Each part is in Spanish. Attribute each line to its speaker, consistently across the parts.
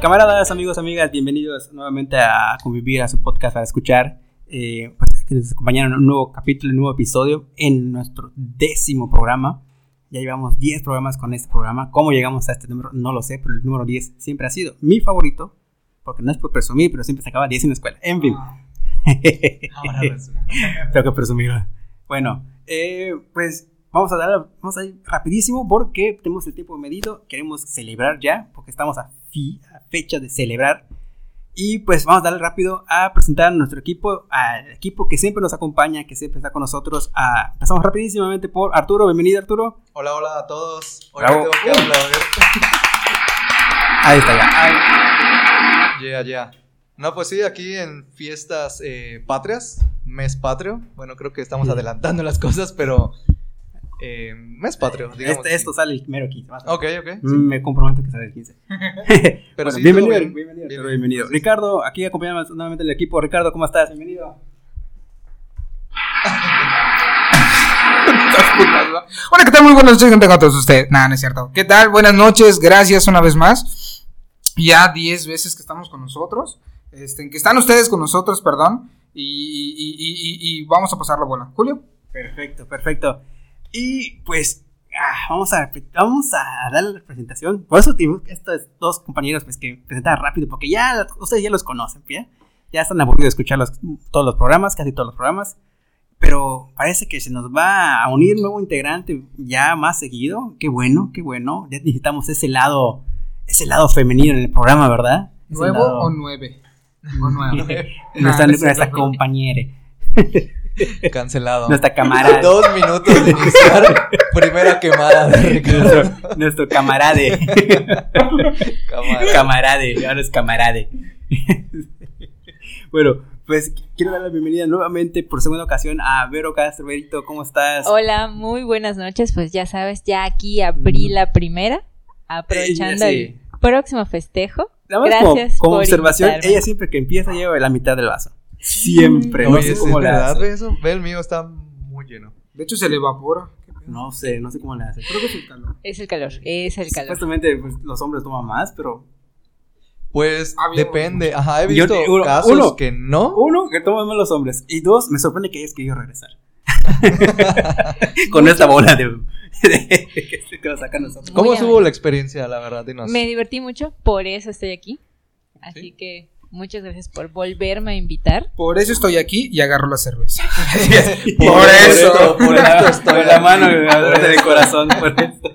Speaker 1: Camaradas, amigos, amigas, bienvenidos nuevamente a Convivir, a su podcast para escuchar. Eh, pues, que nos acompañaron en un nuevo capítulo, un nuevo episodio en nuestro décimo programa. Ya llevamos 10 programas con este programa. ¿Cómo llegamos a este número? No lo sé, pero el número 10 siempre ha sido mi favorito. Porque no es por presumir, pero siempre sacaba 10 en la escuela. En fin.
Speaker 2: Ah, Ahora
Speaker 1: pues.
Speaker 2: resulta.
Speaker 1: Tengo que presumir. Bueno, eh, pues vamos a dar, vamos a ir rapidísimo porque tenemos el tiempo medido, queremos celebrar ya, porque estamos a, fi- a fecha de celebrar. Y pues vamos a darle rápido a presentar a nuestro equipo, al equipo que siempre nos acompaña, que siempre está con nosotros. A, pasamos rapidísimamente por Arturo, bienvenido Arturo.
Speaker 2: Hola, hola a todos. Hoy
Speaker 1: Bravo. Uh.
Speaker 2: tengo que aplaudir.
Speaker 1: Ahí está ya.
Speaker 2: Yeah, yeah. No, pues sí, aquí en fiestas eh, patrias, mes patrio. Bueno, creo que estamos
Speaker 1: Mm.
Speaker 2: adelantando las cosas, pero eh, mes patrio, digamos.
Speaker 1: Este-
Speaker 2: así.
Speaker 1: esto sale el primero 15. más o menos.
Speaker 2: Ok, ok.
Speaker 1: Mm, Me comprometo que sale el 15.
Speaker 2: Pero
Speaker 1: Bueno,
Speaker 2: sí,
Speaker 1: bienvenido,
Speaker 2: todo
Speaker 1: bienvenido,
Speaker 2: bien. Bien,
Speaker 1: Arturo,
Speaker 2: bien.
Speaker 1: bienvenido. Ricardo, aquí acompañamos nuevamente el equipo. Ricardo, ¿cómo estás? Bienvenido.
Speaker 3: Hola, ¿qué tal? Muy buenas noches, gente, con todos ustedes. Nada, no es cierto. ¿Qué tal? Buenas noches, gracias una vez más. Ya 10 veces que estamos con nosotros, este, que están ustedes con nosotros, perdón, y, y- y- y- y vamos a pasar la bola. Julio,
Speaker 1: Perfecto, perfecto. Y pues ah, vamos, a, vamos a dar la presentación. Por eso tuvimos estos dos compañeros pues, que presentan rápido, porque ya ustedes ya los conocen, ¿ya? Ya están aburridos de escuchar los- todos los programas, casi todos los programas. Pero parece que se nos va a unir nuevo integrante ya más seguido. Qué bueno, qué bueno. Ya necesitamos ese lado, ese lado femenino en el programa, ¿verdad? Ese
Speaker 3: ¿nuevo
Speaker 1: lado-
Speaker 3: o Ah, nueve? O nueve.
Speaker 1: nuestra,
Speaker 3: Nah, no es
Speaker 1: nuestra
Speaker 3: cierto.
Speaker 1: compañera,
Speaker 2: Cancelado.
Speaker 1: nuestra camarada.
Speaker 2: Dos minutos de iniciar. primera quemada de Ricardo.
Speaker 1: nuestro, nuestro camarade.
Speaker 2: Cámara.
Speaker 1: camarade, ahora es camarade. bueno, pues quiero dar la bienvenida nuevamente por segunda ocasión a Vero Castro. Verito, ¿cómo estás?
Speaker 4: Hola, muy buenas noches. Pues ya sabes, ya aquí abrí la primera, aprovechando
Speaker 1: Eh,
Speaker 2: sí.
Speaker 4: el próximo festejo.
Speaker 1: Nada más
Speaker 4: gracias
Speaker 1: como, como
Speaker 4: por
Speaker 1: observación,
Speaker 4: invitarme.
Speaker 1: ella siempre que empieza lleva la mitad del vaso. Siempre, no
Speaker 2: Oye,
Speaker 1: sé
Speaker 2: sí,
Speaker 1: cómo
Speaker 2: es
Speaker 1: la
Speaker 2: verdad,
Speaker 1: hace.
Speaker 2: ve eso. Ve, el mío está muy lleno.
Speaker 3: De hecho, se le evapora. Qué pedo.
Speaker 1: No sé, no sé cómo la hace.
Speaker 3: Creo que es el calor.
Speaker 4: Es el calor, es el calor.
Speaker 1: Supuestamente pues, los hombres toman más, pero
Speaker 2: Pues
Speaker 3: Ah, bien.
Speaker 2: depende. Ajá, he
Speaker 1: Yo
Speaker 2: visto
Speaker 1: te- uno-
Speaker 2: casos
Speaker 1: uno.
Speaker 2: que no.
Speaker 1: uno, que toman más los hombres. Y dos, me sorprende que hayas querido regresar. Con esta bola de, de- que nos sacan nosotros.
Speaker 2: ¿Cómo
Speaker 4: Muy
Speaker 2: estuvo
Speaker 4: ameno.
Speaker 2: la experiencia, la verdad? Dinos.
Speaker 4: Me divertí mucho, por eso estoy aquí. Así que muchas gracias por volverme a invitar.
Speaker 3: Por eso estoy aquí y agarro la cerveza.
Speaker 1: Por eso, por, la, por la
Speaker 2: aquí.
Speaker 1: mano, de corazón, por esto.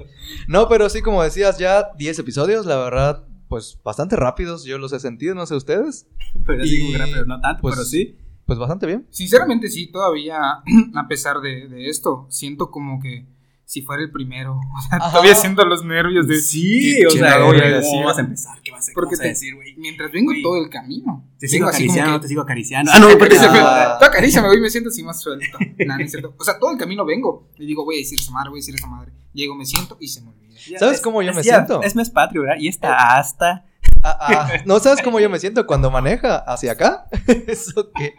Speaker 2: No, pero sí, como decías, ya 10 episodios, la verdad, pues bastante rápidos. Yo los he sentido, no sé ustedes.
Speaker 1: Pero
Speaker 2: Y-
Speaker 1: sí, como gran, pero no tanto,
Speaker 2: pues-
Speaker 1: pero sí.
Speaker 2: Pues bastante bien.
Speaker 3: Sinceramente, sí, todavía, a pesar de, de esto, siento como que si fuera el primero. O sea,
Speaker 2: Ajá.
Speaker 3: todavía siento los nervios de.
Speaker 1: Sí,
Speaker 3: o sea,
Speaker 1: ¿cómo
Speaker 3: voy a decir.
Speaker 1: vas a empezar? ¿Qué vas a,
Speaker 3: Porque
Speaker 1: Porque
Speaker 3: te-
Speaker 1: decir, güey?
Speaker 3: Mientras vengo
Speaker 1: Güey.
Speaker 3: todo el camino.
Speaker 1: Te sigo
Speaker 3: así como
Speaker 1: acariciando,
Speaker 3: que-
Speaker 1: te sigo acariciando. Ah, no,
Speaker 3: Ah,
Speaker 1: porque
Speaker 2: se-
Speaker 3: acaríciame, tú acaríciame, güey, me siento así más suelto. Nah, no es cierto. O sea, todo el camino vengo. Le digo, voy a decir esa madre, voy a decir esa madre. Llego, me siento y se me olvida.
Speaker 2: ¿Sabes cómo yo me siento?
Speaker 1: Es mes patrio, ¿verdad? Y esta hasta.
Speaker 2: Ah, ah, no sabes cómo yo me siento cuando maneja hacia acá. Eso que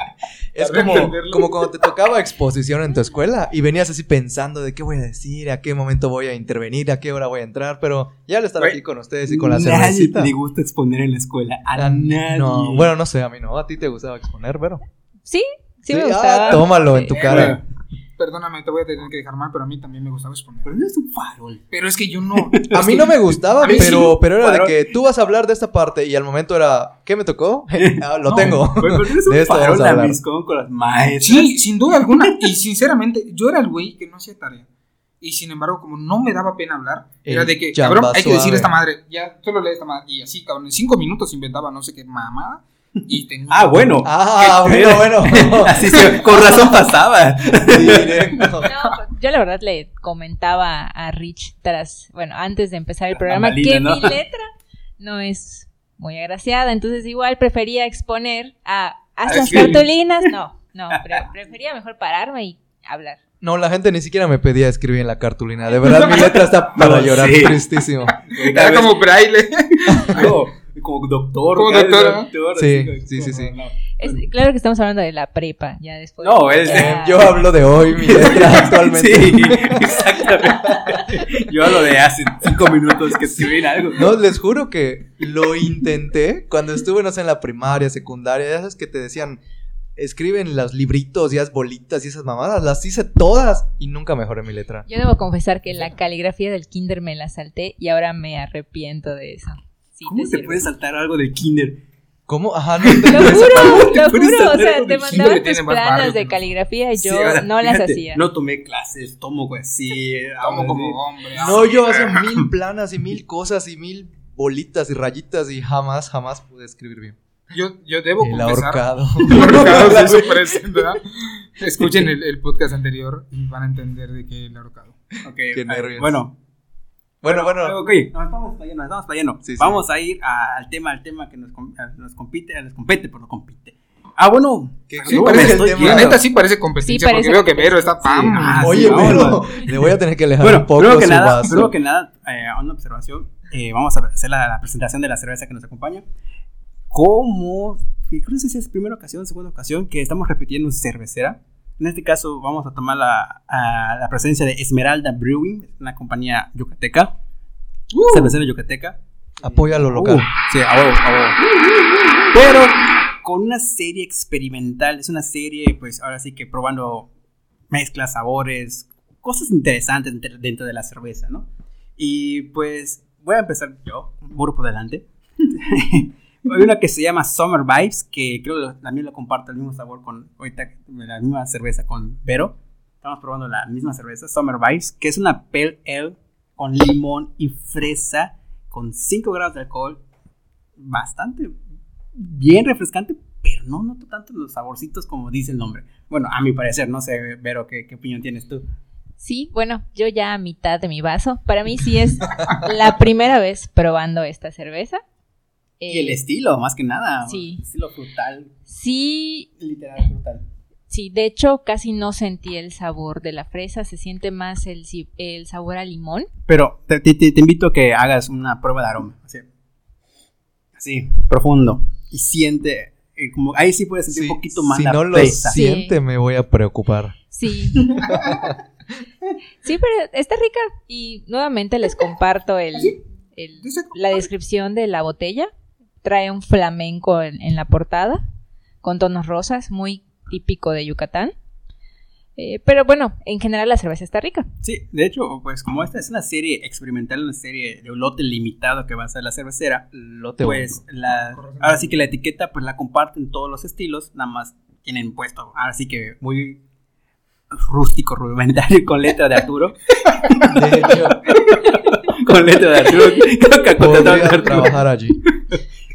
Speaker 2: es
Speaker 3: Para
Speaker 2: como,
Speaker 3: entenderlo.
Speaker 2: como cuando te tocaba exposición en tu escuela y venías así pensando de qué voy a decir, a qué momento voy a intervenir, a qué hora voy a entrar, pero ya al estar
Speaker 1: Güey,
Speaker 2: aquí con ustedes y con la
Speaker 1: nadie
Speaker 2: cervecita.
Speaker 1: le gusta exponer en la escuela. A
Speaker 2: Ah,
Speaker 1: nadie.
Speaker 2: No, bueno, no sé, a mí no, a ti te gustaba exponer, pero.
Speaker 4: Sí, sí, me
Speaker 2: Sí, ah, eh,
Speaker 4: gustaba.
Speaker 2: tómalo en tu cara.
Speaker 3: Perdóname, te voy a tener que dejar mal, pero a mí también me gustaba exponer.
Speaker 1: Pero no es un farol.
Speaker 3: Pero es que yo no.
Speaker 2: A mí no me gustaba,
Speaker 3: A mí sí.
Speaker 2: pero, pero era
Speaker 1: Claro.
Speaker 2: de que tú vas a hablar de esta parte y al momento era, ¿qué me tocó? Ah, Lo
Speaker 3: Eh, No, Pues,
Speaker 2: tengo.
Speaker 1: Güey, pero no es
Speaker 2: De
Speaker 1: un
Speaker 2: esto
Speaker 1: farol
Speaker 2: vamos a
Speaker 1: la
Speaker 2: hablar.
Speaker 1: miscón con las maestras.
Speaker 3: Sí, sin duda alguna. Y sinceramente, yo era el güey que no hacía tarea. Y sin embargo, como no me daba pena hablar, era
Speaker 2: El
Speaker 3: de que,
Speaker 2: chamba
Speaker 3: cabrón, hay que decir
Speaker 2: suave.
Speaker 3: esta madre. Ya, solo lee esta madre. Y así, cabrón, en cinco minutos inventaba no sé qué mamada. Y tenía.
Speaker 1: Ah, bueno.
Speaker 2: Ah,
Speaker 1: Qué
Speaker 2: bueno, bueno.
Speaker 1: Así se, con razón pasaba.
Speaker 2: Directo.
Speaker 4: No, pues, yo la verdad le comentaba a Rich tras, bueno, antes de empezar el programa,
Speaker 1: bambalinas,
Speaker 4: que
Speaker 1: ¿no?
Speaker 4: mi letra no es muy agraciada, entonces igual prefería exponer a haz
Speaker 1: A
Speaker 4: las
Speaker 1: escribir.
Speaker 4: cartulinas, no, no, pre- prefería mejor pararme y hablar.
Speaker 2: No, la gente ni siquiera me pedía escribir en la cartulina. De verdad, mi letra está para
Speaker 1: No,
Speaker 2: llorar,
Speaker 1: sí.
Speaker 2: tristísimo.
Speaker 1: Cada
Speaker 3: Era
Speaker 1: vez
Speaker 3: como braille.
Speaker 1: No, como doctor.
Speaker 3: Como
Speaker 1: cada vez
Speaker 3: doctor,
Speaker 1: doctor,
Speaker 2: Sí,
Speaker 1: así,
Speaker 2: sí, sí, sí.
Speaker 1: no.
Speaker 4: Es- claro que estamos hablando de la prepa, ya después.
Speaker 1: No, es de-
Speaker 2: Eh,
Speaker 4: Ya.
Speaker 2: yo hablo de hoy, mi letra actualmente.
Speaker 1: Sí, exactamente. Yo lo de hace cinco minutos que escribí en algo.
Speaker 2: No, les juro que lo intenté cuando estuve, no sé, en la primaria, secundaria, ya sabes que te decían, escriben los libritos y las bolitas y esas mamadas, las hice todas y nunca mejoré mi letra.
Speaker 4: Yo debo confesar que la caligrafía del kinder me la salté y ahora me arrepiento de eso. Sí,
Speaker 1: ¿Cómo te
Speaker 4: sirve.
Speaker 1: puedes saltar algo de kinder?
Speaker 2: ¿Cómo? Ajá, no
Speaker 4: Lo
Speaker 2: entendí.
Speaker 4: juro,
Speaker 1: te
Speaker 4: lo
Speaker 1: puedes
Speaker 4: juro. O
Speaker 1: saltar
Speaker 4: sea,
Speaker 1: algo
Speaker 4: te
Speaker 1: de
Speaker 3: kinder,
Speaker 4: mandaban tus
Speaker 3: tiene más barrio,
Speaker 4: planos de
Speaker 3: ¿no?
Speaker 4: caligrafía y yo
Speaker 1: Sí, o sea,
Speaker 4: no las
Speaker 1: fíjate,
Speaker 4: hacía.
Speaker 1: No tomé clases, tomo güey, sí.
Speaker 3: Como,
Speaker 1: ahora
Speaker 3: como
Speaker 1: sí.
Speaker 3: hombre.
Speaker 2: Ah, No, yo hacía mil planas y mil cosas y mil bolitas y rayitas y jamás, jamás pude escribir bien.
Speaker 3: Yo, yo debo
Speaker 2: El
Speaker 3: confesar.
Speaker 2: ahorcado.
Speaker 3: ahorcado se hizo presente, ¿verdad? Escuchen el, el podcast anterior y van a entender de qué el ahorcado.
Speaker 1: Ok,
Speaker 2: Qué
Speaker 1: ah,
Speaker 2: nervios.
Speaker 1: Bueno,
Speaker 2: Bueno, bueno.
Speaker 1: ok, nos vamos para allá, nos vamos para allá, no.
Speaker 2: Sí, sí.
Speaker 1: Vamos a ir al tema, al tema que nos, com- a- nos compite, nos compete, por lo compite. Ah, bueno.
Speaker 2: ¿Qué-
Speaker 1: perdón,
Speaker 3: Sí,
Speaker 2: cuál
Speaker 1: me
Speaker 2: es el
Speaker 3: parece,
Speaker 1: estoy
Speaker 2: tema?
Speaker 3: la
Speaker 1: guiando.
Speaker 3: neta sí parece competencia
Speaker 4: Sí, parece
Speaker 3: porque veo que Vero está pam.
Speaker 1: Ah, sí,
Speaker 2: Oye,
Speaker 1: vamos,
Speaker 2: pero
Speaker 1: vamos.
Speaker 2: le voy a tener que alejar
Speaker 1: Bueno,
Speaker 2: un poco
Speaker 1: primero que,
Speaker 2: su
Speaker 1: nada,
Speaker 2: vaso.
Speaker 1: primero que nada, eh, una observación. eh, vamos a hacer la, la presentación de la cerveza que nos acompaña. ¿Cómo? Creo que no sé si es primera ocasión, segunda ocasión, que estamos repitiendo cervecera. En este caso, vamos a tomar la, a la presencia de Esmeralda Brewing, una compañía yucateca,
Speaker 2: Uh.
Speaker 1: cervecera yucateca.
Speaker 2: Apoya lo local.
Speaker 1: Uh, sí, a huevo, a huevo. Pero con una serie experimental, es una serie, pues ahora sí que probando mezclas, sabores, cosas interesantes dentro- dentro de la cerveza, ¿no? Y pues voy a empezar yo, burro por delante. Hay una que se llama Summer Vibes, que creo que también lo comparto el mismo sabor con, ahorita, la misma cerveza con Vero. Estamos probando la misma cerveza, Summer Vibes, que es una Pale Ale con limón y fresa con 5 grados de alcohol, bastante bien refrescante, pero no noto tanto los saborcitos como dice el nombre. Bueno, a mi parecer, no sé, Vero, ¿qué, qué opinión tienes tú?
Speaker 4: Sí, bueno, yo ya a mitad de mi vaso. Para mí sí es la primera vez probando esta cerveza.
Speaker 1: Y el
Speaker 4: Eh,
Speaker 1: estilo, más que nada.
Speaker 4: sí.
Speaker 1: Estilo frutal,
Speaker 4: Sí,
Speaker 1: literal frutal.
Speaker 4: Sí, de hecho casi no sentí el sabor de la fresa, se siente más el, si- el sabor a limón.
Speaker 1: Pero te, te- te- te invito a que hagas una prueba de aroma. Así, así, profundo. Y siente, eh, como, ahí sí puedes sentir
Speaker 2: Si-
Speaker 1: un poquito más
Speaker 2: si
Speaker 1: la
Speaker 2: no lo
Speaker 1: fresa.
Speaker 4: sí.
Speaker 2: siente, me voy a preocupar.
Speaker 4: Sí. sí, pero está rica y nuevamente les comparto el, el- la descripción de la botella. Trae un flamenco en, en la portada con tonos rosas, muy típico de Yucatán. Eh, pero bueno, en general la cerveza está rica.
Speaker 1: Sí, de hecho, pues como esta es una serie experimental, una serie de un lote limitado que va a ser la cervecera,
Speaker 2: Lote
Speaker 1: pues la, ahora sí que la etiqueta pues la comparten todos los estilos, nada más tienen puesto, ahora sí que muy rústico, rudimentario, con letra de Arturo,
Speaker 2: De hecho,
Speaker 1: con letra de Arturo, creo que contrataron a
Speaker 2: podría
Speaker 1: Arturo.
Speaker 2: trabajar allí.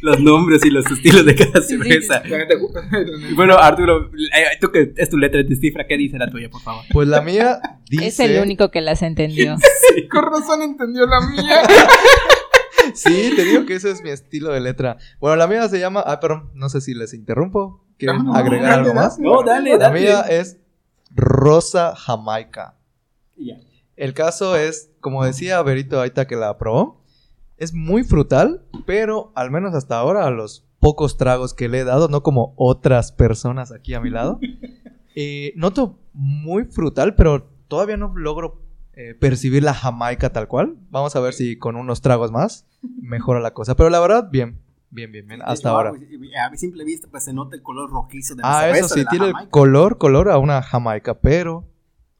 Speaker 1: los nombres y los estilos de cada
Speaker 4: Sí, sí,
Speaker 1: cerveza.
Speaker 3: La neta, la neta.
Speaker 1: Bueno, Arturo, eh, tú que es tu letra de cifra, ¿qué dice la tuya, por favor?
Speaker 2: Pues la mía dice.
Speaker 4: Es el único que las entendió.
Speaker 3: Con razón entendió la mía.
Speaker 2: Sí, te digo que ese es mi estilo de letra. Bueno, la mía se llama. Ah, perdón, no sé si les interrumpo. ¿Quieren
Speaker 3: No,
Speaker 2: agregar
Speaker 3: dale,
Speaker 2: algo
Speaker 3: dale.
Speaker 2: más?
Speaker 1: No, dale,
Speaker 2: La
Speaker 1: dale.
Speaker 2: mía es Rosa Jamaica.
Speaker 1: Y ya.
Speaker 2: El caso es, como decía Berito ahorita que la probó, es muy frutal, pero al menos hasta ahora a los pocos tragos que le he dado, no como otras personas aquí a mi lado, eh, noto muy frutal, pero todavía no logro eh, percibir la jamaica tal cual. Vamos a ver si con unos tragos más mejora la cosa, pero la verdad, bien, bien, bien, bien, hasta
Speaker 1: Wow,
Speaker 2: ahora.
Speaker 1: y A simple vista, pues se nota el color rojizo de la
Speaker 2: Ah,
Speaker 1: cerveza.
Speaker 2: eso sí,
Speaker 1: de la
Speaker 2: tiene el
Speaker 1: Jamaica.
Speaker 2: color, color a una jamaica, pero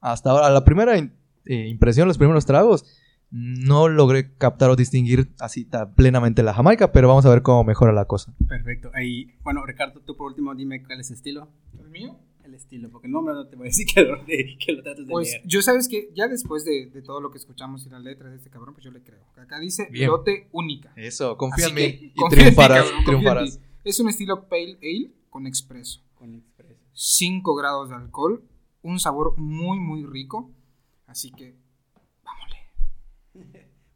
Speaker 2: hasta ahora, la primera in- eh, impresión, los primeros tragos, no logré captar o distinguir así tan plenamente la jamaica, pero vamos a ver cómo mejora la cosa.
Speaker 1: Perfecto. Ahí, bueno, Ricardo, tú por último dime cuál es el estilo.
Speaker 3: ¿El mío?
Speaker 1: El estilo, porque no, hombre, no te voy a decir que lo, que lo trates de
Speaker 3: Pues
Speaker 1: leer.
Speaker 3: yo sabes que ya después de, de todo lo que escuchamos y las letras de este cabrón, pues yo le creo. Acá dice
Speaker 2: Bien.
Speaker 3: lote única.
Speaker 2: Eso, confía
Speaker 3: Así
Speaker 2: en
Speaker 3: que,
Speaker 2: mí y
Speaker 3: confía en ti,
Speaker 2: triunfarás,
Speaker 3: cabrón, confía en
Speaker 2: triunfarás.
Speaker 3: ti. Es un estilo pale ale con expreso.
Speaker 1: Con expreso.
Speaker 3: 5 grados de alcohol, un sabor muy muy rico. Así que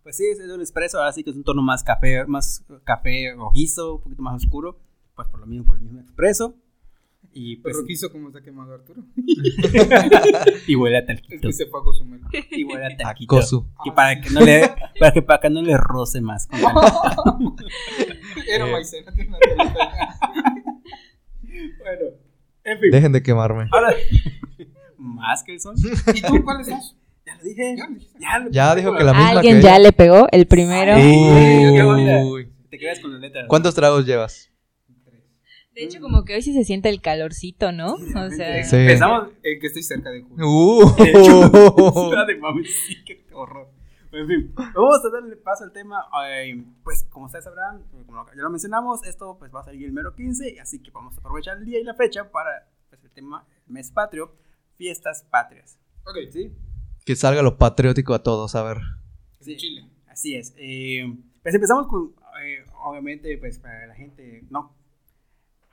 Speaker 1: Pues sí, es un expreso, ahora sí que es un tono más café, más café rojizo, un poquito más oscuro. Pues por lo mismo, por el mismo expreso. Y pues,
Speaker 3: rojizo como está quemado Arturo.
Speaker 1: y huele a
Speaker 3: Es
Speaker 1: talquito.
Speaker 3: que se fue a Ah, Cozumel.
Speaker 1: Y huele a
Speaker 2: A
Speaker 1: talquito.
Speaker 2: Kosu.
Speaker 1: Y para que no le, para que para que no le roce más. con talquito.
Speaker 3: Era
Speaker 2: Eh.
Speaker 3: maicena, tiene una telita.
Speaker 1: fin.
Speaker 2: Dejen de quemarme.
Speaker 1: Ahora, más que el sol.
Speaker 3: ¿Y tú cuál estás?
Speaker 1: Ya lo dije.
Speaker 3: Ya lo dijiste.
Speaker 1: Ya, lo-
Speaker 2: Ya dijo que la misma
Speaker 4: Alguien
Speaker 2: que
Speaker 4: ya
Speaker 2: ella.
Speaker 4: le pegó el primero.
Speaker 1: Sí. Uy, qué bonita.
Speaker 2: Uy.
Speaker 1: Te quedas con la letra.
Speaker 2: ¿Cuántos tragos llevas?
Speaker 4: De hecho, como que hoy sí se siente el calorcito, ¿no?
Speaker 1: Sí, de
Speaker 4: O sea,
Speaker 1: repente.
Speaker 2: Sí.
Speaker 1: Empezamos.
Speaker 3: El Eh, que estoy cerca de Julio.
Speaker 2: Uh.
Speaker 1: de mames, sí, qué horror. En fin, vamos a darle paso al tema. Ay, pues como ustedes sabrán, como ya lo mencionamos, esto pues va a salir el mero 15, así que vamos a aprovechar el día y la fecha para pues, el tema mes patrio, fiestas patrias.
Speaker 3: Ok, sí.
Speaker 2: que salga lo patriótico a todos, a ver.
Speaker 3: Es de Chile.
Speaker 1: Así es. eh, pues empezamos con, eh, obviamente, pues para la gente, no.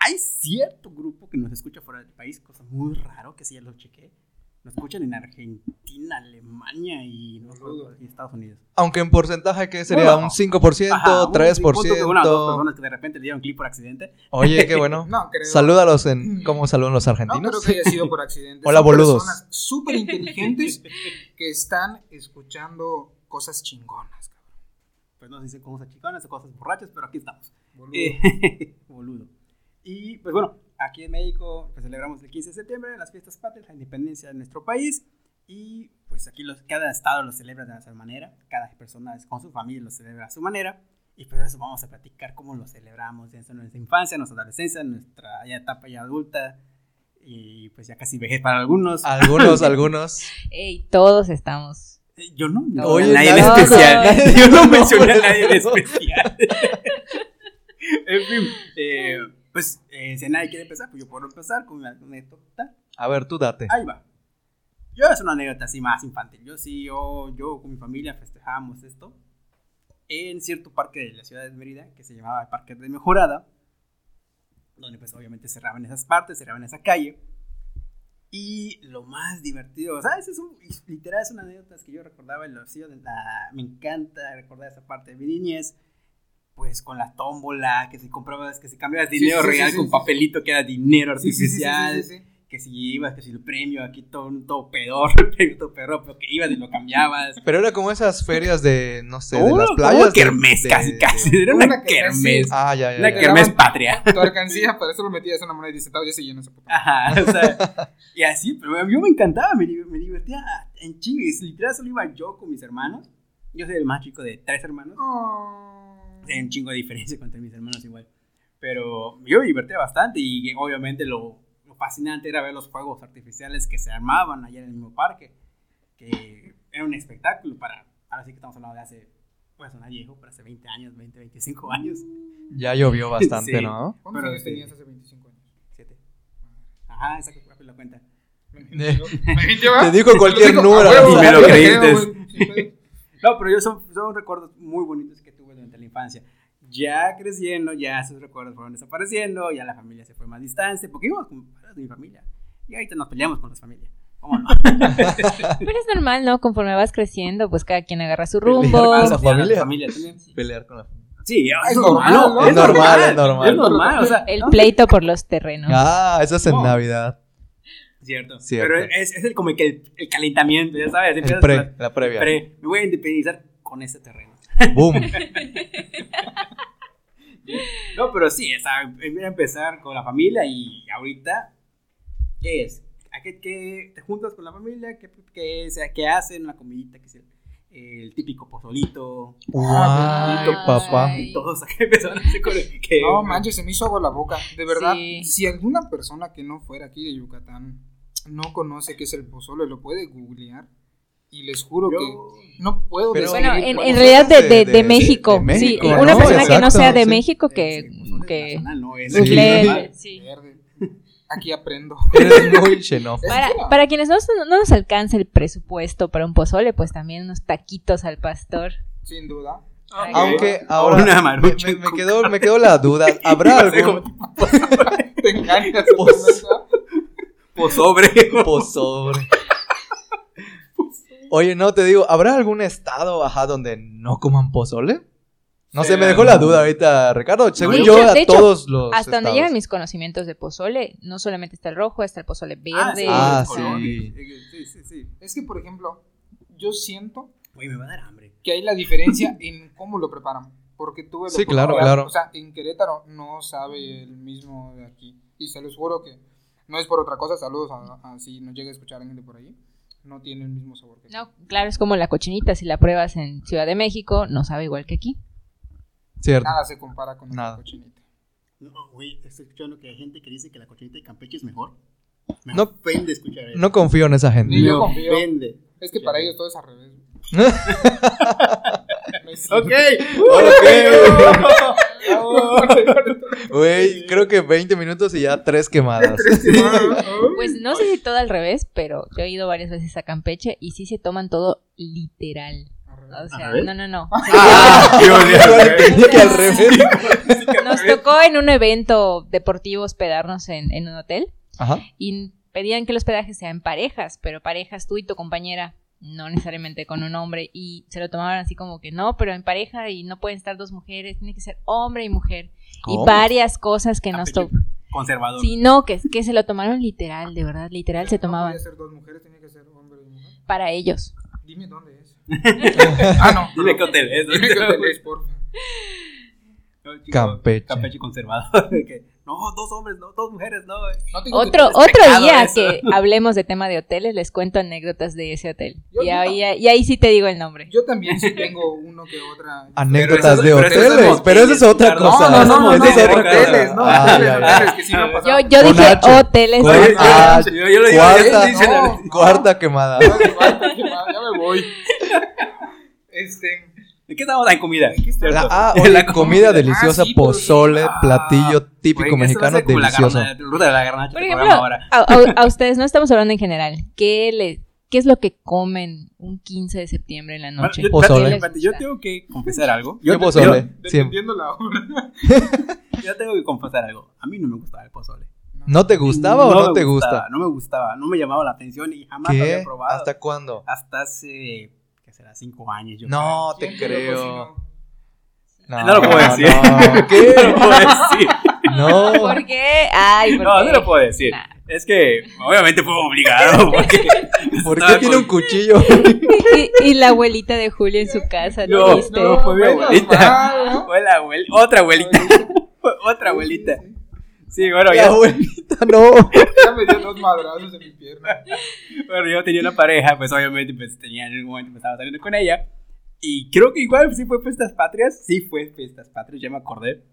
Speaker 1: Hay cierto grupo que nos escucha fuera del país, cosa muy raro que sí ya lo chequé. Nos escuchan en Argentina, Alemania y, no recuerdo, y Estados Unidos.
Speaker 2: Aunque en porcentaje que sería
Speaker 1: Bueno.
Speaker 2: un 5%,
Speaker 1: Ajá, un- un punto que una o dos
Speaker 2: 3%.
Speaker 1: personas que de repente le dieron clic por accidente.
Speaker 2: Oye, qué bueno.
Speaker 3: Eh, No, creo.
Speaker 2: Salúdalos en cómo saludan los
Speaker 3: No creo
Speaker 2: argentinos.
Speaker 3: que haya sido por accidente.
Speaker 2: Hola,
Speaker 3: Son
Speaker 2: boludos.
Speaker 3: personas súper inteligentes que están escuchando cosas chingonas, cabrón.
Speaker 1: Pues no sé si son cosas chicanas o cosas borrachas, pero aquí estamos.
Speaker 3: Boludo.
Speaker 1: Eh, boludo. Y pues bueno, aquí en México pues, celebramos el 15 de septiembre las fiestas patrias, la independencia de nuestro país. Y pues aquí los, cada estado lo celebra de su manera, cada persona es- con su familia lo celebra a su manera. Y pues eso vamos a platicar cómo lo celebramos desde nuestra infancia, nuestra adolescencia, nuestra ya etapa ya adulta y pues ya casi vejez para algunos.
Speaker 2: Algunos, algunos.
Speaker 4: ey, todos estamos.
Speaker 1: Eh, Yo no, no
Speaker 2: Oye,
Speaker 1: a nadie en
Speaker 2: no,
Speaker 1: especial.
Speaker 2: no, no.
Speaker 1: Yo no mencioné a nadie en especial. en fin, eh, pues eh, si nadie quiere empezar, pues yo puedo empezar con una anécdota.
Speaker 2: A ver, tú date.
Speaker 1: Ahí va. Yo es una anécdota así más infantil. Yo sí, yo, yo con mi familia festejábamos esto en cierto parque de la ciudad de Mérida que se llamaba el Parque de Mejorada, donde pues obviamente cerraban esas partes, cerraban esa calle. Y lo más divertido, o sea, ese es un, literal es una anécdota que yo recordaba en los de la, me encanta recordar esa parte de mi niñez, pues con la tómbola, que si comprabas, que si cambiabas
Speaker 3: Sí,
Speaker 1: dinero
Speaker 3: sí, sí,
Speaker 1: real
Speaker 3: sí,
Speaker 1: con
Speaker 3: sí.
Speaker 1: papelito que era dinero
Speaker 3: Sí, sí, sí, sí,
Speaker 1: artificial,
Speaker 3: sí, sí, sí.
Speaker 1: que si ibas, que si el premio, aquí todo, un- todo pedor, el premio todo pedor, pero que ibas y lo cambiabas.
Speaker 2: Pero era como esas ferias de, no sé, de
Speaker 1: Una-
Speaker 2: las
Speaker 1: Uh, como
Speaker 2: playas.
Speaker 1: una
Speaker 2: de-
Speaker 1: kermés,
Speaker 2: de-
Speaker 1: casi,
Speaker 2: de-
Speaker 1: casi. Era una,
Speaker 3: Una kermés,
Speaker 1: kermés.
Speaker 3: sí.
Speaker 2: Ah, ya,
Speaker 1: Una
Speaker 2: ya. ya.
Speaker 3: que-
Speaker 1: kermés
Speaker 3: daban-
Speaker 1: patria.
Speaker 3: Tu alcancía, para eso lo metías en una moneda y dices, "Tao, ya se llenó ese puto.
Speaker 1: Ajá, o sea, y así, pero a mí me encantaba, me, di- me divertía en chivis. Literal, solo iba yo con mis hermanos. Yo soy el más chico de tres hermanos.
Speaker 3: Oh.
Speaker 1: Hay un chingo de diferencia contra mis hermanos igual. Pero yo me divertía bastante y obviamente lo, lo fascinante era ver los fuegos artificiales que se armaban allá en el mismo parque. Que era un espectáculo para, ahora sí que estamos hablando de hace, pues sonar viejo, pero hace 20 años, 20, 25 años.
Speaker 2: Ya llovió bastante,
Speaker 1: Sí.
Speaker 2: ¿no?
Speaker 3: ¿Cuántos
Speaker 1: Pero
Speaker 3: años
Speaker 1: sí.
Speaker 3: tenías hace 25 años?
Speaker 1: Siete. Ajá, esa que la cuenta.
Speaker 3: Me mintió. Me mintió,
Speaker 2: Eh, Te
Speaker 3: ¿verdad?
Speaker 2: dijo cualquier
Speaker 3: ¿Ah? dijo,
Speaker 2: número.
Speaker 3: a huevo,
Speaker 1: Y me
Speaker 3: a
Speaker 1: lo
Speaker 3: huevo,
Speaker 1: creíste.
Speaker 3: güey, sin pedo.
Speaker 1: No, pero yo son, son recuerdos muy bonitos que tuve durante la infancia. Ya creciendo, ya esos recuerdos fueron desapareciendo, ya la familia se fue más distante, porque íbamos con padres de mi familia. Y ahorita nos peleamos con las familias. ¿Cómo no?
Speaker 4: Pero es normal, ¿no? Conforme vas creciendo, pues cada quien agarra su rumbo.
Speaker 2: Pelear con
Speaker 1: Ya,
Speaker 2: la familia.
Speaker 1: familia también.
Speaker 2: Pelear con la familia.
Speaker 1: Sí, es,
Speaker 3: Es
Speaker 1: normal,
Speaker 3: normal,
Speaker 1: ¿no?
Speaker 3: ¿no?
Speaker 2: Es normal, es normal.
Speaker 1: Es normal, o sea,
Speaker 4: El
Speaker 1: ¿no?
Speaker 4: pleito por los terrenos.
Speaker 2: Ah, eso es en
Speaker 1: No.
Speaker 2: Navidad.
Speaker 1: Cierto.
Speaker 2: Cierto.
Speaker 1: Pero es, es el, como que el, el calentamiento, ya sabes.
Speaker 2: El
Speaker 1: empiezas
Speaker 2: pre,
Speaker 1: con
Speaker 2: la
Speaker 1: la-
Speaker 2: previa.
Speaker 1: pre. Me voy a independizar con ese terreno.
Speaker 2: Boom.
Speaker 1: No, pero sí, o sea, em- empezar con la familia y ahorita, ¿qué es? ¿A qué, qué te juntas con la familia? ¿Qué, qué, o sea, qué hacen? Una comidita, que es el, el típico pozolito.
Speaker 3: Ah,
Speaker 2: Guau,
Speaker 4: Ay.
Speaker 2: papá.
Speaker 1: Y todos acá empezaron así con el que...
Speaker 3: No manches, se me hizo agua la boca. De verdad,
Speaker 4: Sí.
Speaker 3: si alguna persona que no fuera aquí de Yucatán no conoce qué es el pozole, lo puede googlear. Y les juro
Speaker 1: Yo-
Speaker 3: que no puedo
Speaker 2: Pero-
Speaker 3: describir
Speaker 4: Bueno, en,
Speaker 3: cómo
Speaker 4: en
Speaker 3: se-
Speaker 4: realidad de,
Speaker 2: de-
Speaker 4: de- de
Speaker 2: de-
Speaker 4: México.
Speaker 2: de México,
Speaker 4: sí,
Speaker 1: ¿no?
Speaker 4: una persona que no
Speaker 2: Exacto,
Speaker 4: sea de
Speaker 2: sí.
Speaker 4: México
Speaker 1: Eh,
Speaker 4: que...
Speaker 1: sí, pozole
Speaker 4: que
Speaker 1: nacional, no es...
Speaker 2: Sí.
Speaker 4: google, sí.
Speaker 3: Verde. Aquí aprendo.
Speaker 2: Eres muy xenófobo.
Speaker 4: Para, para quienes no, no nos alcanza el presupuesto para un pozole, pues también unos taquitos al pastor.
Speaker 3: Sin duda.
Speaker 2: Ah,
Speaker 1: Ok.
Speaker 2: Aunque
Speaker 1: O
Speaker 2: ahora
Speaker 1: una
Speaker 2: me,
Speaker 1: marucha
Speaker 2: me- me
Speaker 1: con
Speaker 2: quedó, me quedó la duda. ¿Habrá
Speaker 1: No sé
Speaker 2: algún
Speaker 3: Te engañas.
Speaker 2: Pues-
Speaker 1: Pozobre.
Speaker 2: pozole? Oye, no, te digo, ¿habrá algún estado, ajá, donde no coman pozole? No sé, me dejó la duda ahorita, Ricardo. Según
Speaker 4: De
Speaker 2: yo,
Speaker 4: hecho-
Speaker 2: a
Speaker 4: de hecho,
Speaker 2: todos los
Speaker 4: Hasta donde
Speaker 2: estados.
Speaker 4: llegan mis conocimientos de pozole, no solamente está el rojo, está el pozole verde.
Speaker 2: Ah,
Speaker 1: los
Speaker 2: sí.
Speaker 1: colores. Sí, sí, sí.
Speaker 3: Es que, por ejemplo, yo siento
Speaker 1: Uy, me va a dar hambre.
Speaker 3: que hay la diferencia en cómo lo preparan. Porque tuve la
Speaker 2: Sí, claro,
Speaker 3: oportunidad,
Speaker 2: claro.
Speaker 3: O sea, en Querétaro no sabe el mismo de aquí. Y se los juro que No es por otra cosa, saludos a, a- si nos llega a escuchar alguien de por ahí. No tiene el mismo sabor que
Speaker 4: No, claro, es como la cochinita. Si la pruebas en Ciudad de México, no sabe igual que aquí.
Speaker 2: Cierto.
Speaker 3: Nada se compara con
Speaker 2: Nada.
Speaker 3: la cochinita.
Speaker 5: No, güey, estoy escuchando que hay gente que dice que la cochinita de Campeche es mejor. Me
Speaker 2: No-
Speaker 5: ofende escuchar eso.
Speaker 2: No confío en esa gente.
Speaker 3: Ni
Speaker 5: me
Speaker 3: yo confío.
Speaker 5: ofende.
Speaker 3: Es que para ellos todo es al revés. No es
Speaker 5: Ok.
Speaker 3: cierto.
Speaker 2: Güey, creo que 20 minutos y ya tres quemadas.
Speaker 4: Pues no sé si todo al revés, pero yo he ido varias veces a Campeche y sí se toman todo literal. O sea,
Speaker 5: ver.
Speaker 4: no, no, no.
Speaker 2: Entendí que al revés.
Speaker 4: Nos
Speaker 1: Pues.
Speaker 4: tocó en un evento deportivo hospedarnos en, en un hotel
Speaker 2: Ajá.
Speaker 4: y pedían que el hospedaje sea en parejas, pero parejas tú y tu compañera, no necesariamente con un hombre. Y se lo tomaban así como que no, pero en pareja y no pueden estar dos mujeres, tiene que ser hombre y mujer.
Speaker 2: ¿Cómo?
Speaker 4: Y varias cosas que nos tocó.
Speaker 1: Conservador.
Speaker 4: Sí, no, que, que se lo tomaron literal, de verdad, literal se
Speaker 3: tomaba.
Speaker 4: tomaban
Speaker 3: No podía ser dos mujeres, tenía que ser hombre y mujer.
Speaker 4: para ellos.
Speaker 3: Dime dónde es. ah, no.
Speaker 1: Dime qué hotel ¿eh? es.
Speaker 3: Dime qué hotel es, porfa.
Speaker 1: No, chico,
Speaker 2: Campeche.
Speaker 1: Campeche conservador. que, no, dos hombres, no, dos mujeres, no.
Speaker 3: No te digo que
Speaker 4: Otro,
Speaker 1: es
Speaker 4: otro
Speaker 1: pecado
Speaker 4: día
Speaker 1: eso.
Speaker 4: que hablemos de tema de hoteles, les cuento anécdotas de ese hotel.
Speaker 3: Yo
Speaker 4: Y
Speaker 3: no.
Speaker 4: ahí, y ahí sí te digo el nombre.
Speaker 3: Yo también sí tengo uno que otra.
Speaker 2: Anécdotas
Speaker 1: Pero eso-
Speaker 2: de
Speaker 1: pero eso es moteles,
Speaker 2: hoteles. pero eso es otra
Speaker 1: Ricardo.
Speaker 2: cosa.
Speaker 1: No, no, no,
Speaker 2: Eso
Speaker 1: no,
Speaker 2: Ah, es
Speaker 1: no,
Speaker 2: otra cosa.
Speaker 1: hoteles,
Speaker 3: no,
Speaker 2: Ah,
Speaker 3: hoteles,
Speaker 2: ya, ya.
Speaker 3: hoteles, que sí me ha pasado.
Speaker 4: Yo, yo
Speaker 2: Con
Speaker 4: dije
Speaker 2: H.
Speaker 4: hoteles.
Speaker 2: Con
Speaker 1: Oye,
Speaker 2: Ah,
Speaker 1: yo, yo le digo,
Speaker 2: cuarta,
Speaker 1: él dice-
Speaker 3: no.
Speaker 2: Cuarta quemada.
Speaker 3: ya me voy. Este.
Speaker 1: ¿De qué estamos? Ah, En comida.
Speaker 3: ¿De qué estamos?
Speaker 1: ¿cierto?
Speaker 2: La, ah,
Speaker 1: En
Speaker 2: oye,
Speaker 1: la
Speaker 2: comida deliciosa,
Speaker 3: Ah, sí, pues,
Speaker 2: pozole,
Speaker 1: ah,
Speaker 2: platillo típico
Speaker 1: Güey, esto va a
Speaker 2: mexicano,
Speaker 1: ser como la
Speaker 2: delicioso.
Speaker 1: garnacha, la ruta de la garnacha.
Speaker 4: Por
Speaker 1: que
Speaker 4: ejemplo,
Speaker 1: programa ahora.
Speaker 4: a, a- a ustedes no estamos hablando en general. ¿Qué, le, ¿Qué es lo que comen un 15 de septiembre en la
Speaker 1: Bueno,
Speaker 4: noche?
Speaker 1: yo-
Speaker 2: Pozole.
Speaker 1: espérate, espérate, Yo tengo que confesar algo.
Speaker 2: ¿Qué
Speaker 1: Yo,
Speaker 2: pozole? Siempre.
Speaker 3: Dependiendo la hora.
Speaker 1: yo- yo tengo que confesar algo. A mí no me gustaba el pozole.
Speaker 2: ¿No te gustaba o no
Speaker 1: me
Speaker 2: te
Speaker 1: gustaba,
Speaker 2: gusta?
Speaker 1: No me gustaba, no me llamaba la atención y jamás lo había
Speaker 2: ¿Qué?
Speaker 1: probado. Hasta,
Speaker 2: ¿Hasta cuándo?
Speaker 1: hace, ¿qué será? Cinco años. Yo
Speaker 2: No te
Speaker 3: ¿Quién te lo
Speaker 2: creo.
Speaker 3: cocinó?
Speaker 1: No lo puedo decir.
Speaker 2: no.
Speaker 1: creo.
Speaker 2: ¿Qué?
Speaker 1: No lo puedo decir.
Speaker 2: No.
Speaker 4: ¿Por qué? Ay, ¿por
Speaker 1: No,
Speaker 4: qué?
Speaker 1: no lo puedo decir.
Speaker 4: Nah.
Speaker 1: Es que obviamente fue obligado. Porque
Speaker 2: ¿Por qué
Speaker 1: estaba
Speaker 2: tiene un
Speaker 1: con-
Speaker 2: cuchillo?
Speaker 4: Y, y la abuelita de Julio en su casa,
Speaker 1: No,
Speaker 4: triste.
Speaker 1: no, fue mi
Speaker 3: Bueno,
Speaker 1: abuelita.
Speaker 3: ah, ¿no? pues,
Speaker 1: Fue la abuel- otra abuelita. Fue otra abuelita. Sí, bueno,
Speaker 2: La
Speaker 1: ya,
Speaker 2: abuelita, no.
Speaker 3: Ya me dio dos madrazos en mi pierna.
Speaker 1: bueno, yo tenía una pareja, pues obviamente pues, tenía en algún momento me estaba saliendo con ella. Y creo que igual sí fue Fiestas Patrias. Sí fue Fiestas Patrias, ya me acordé.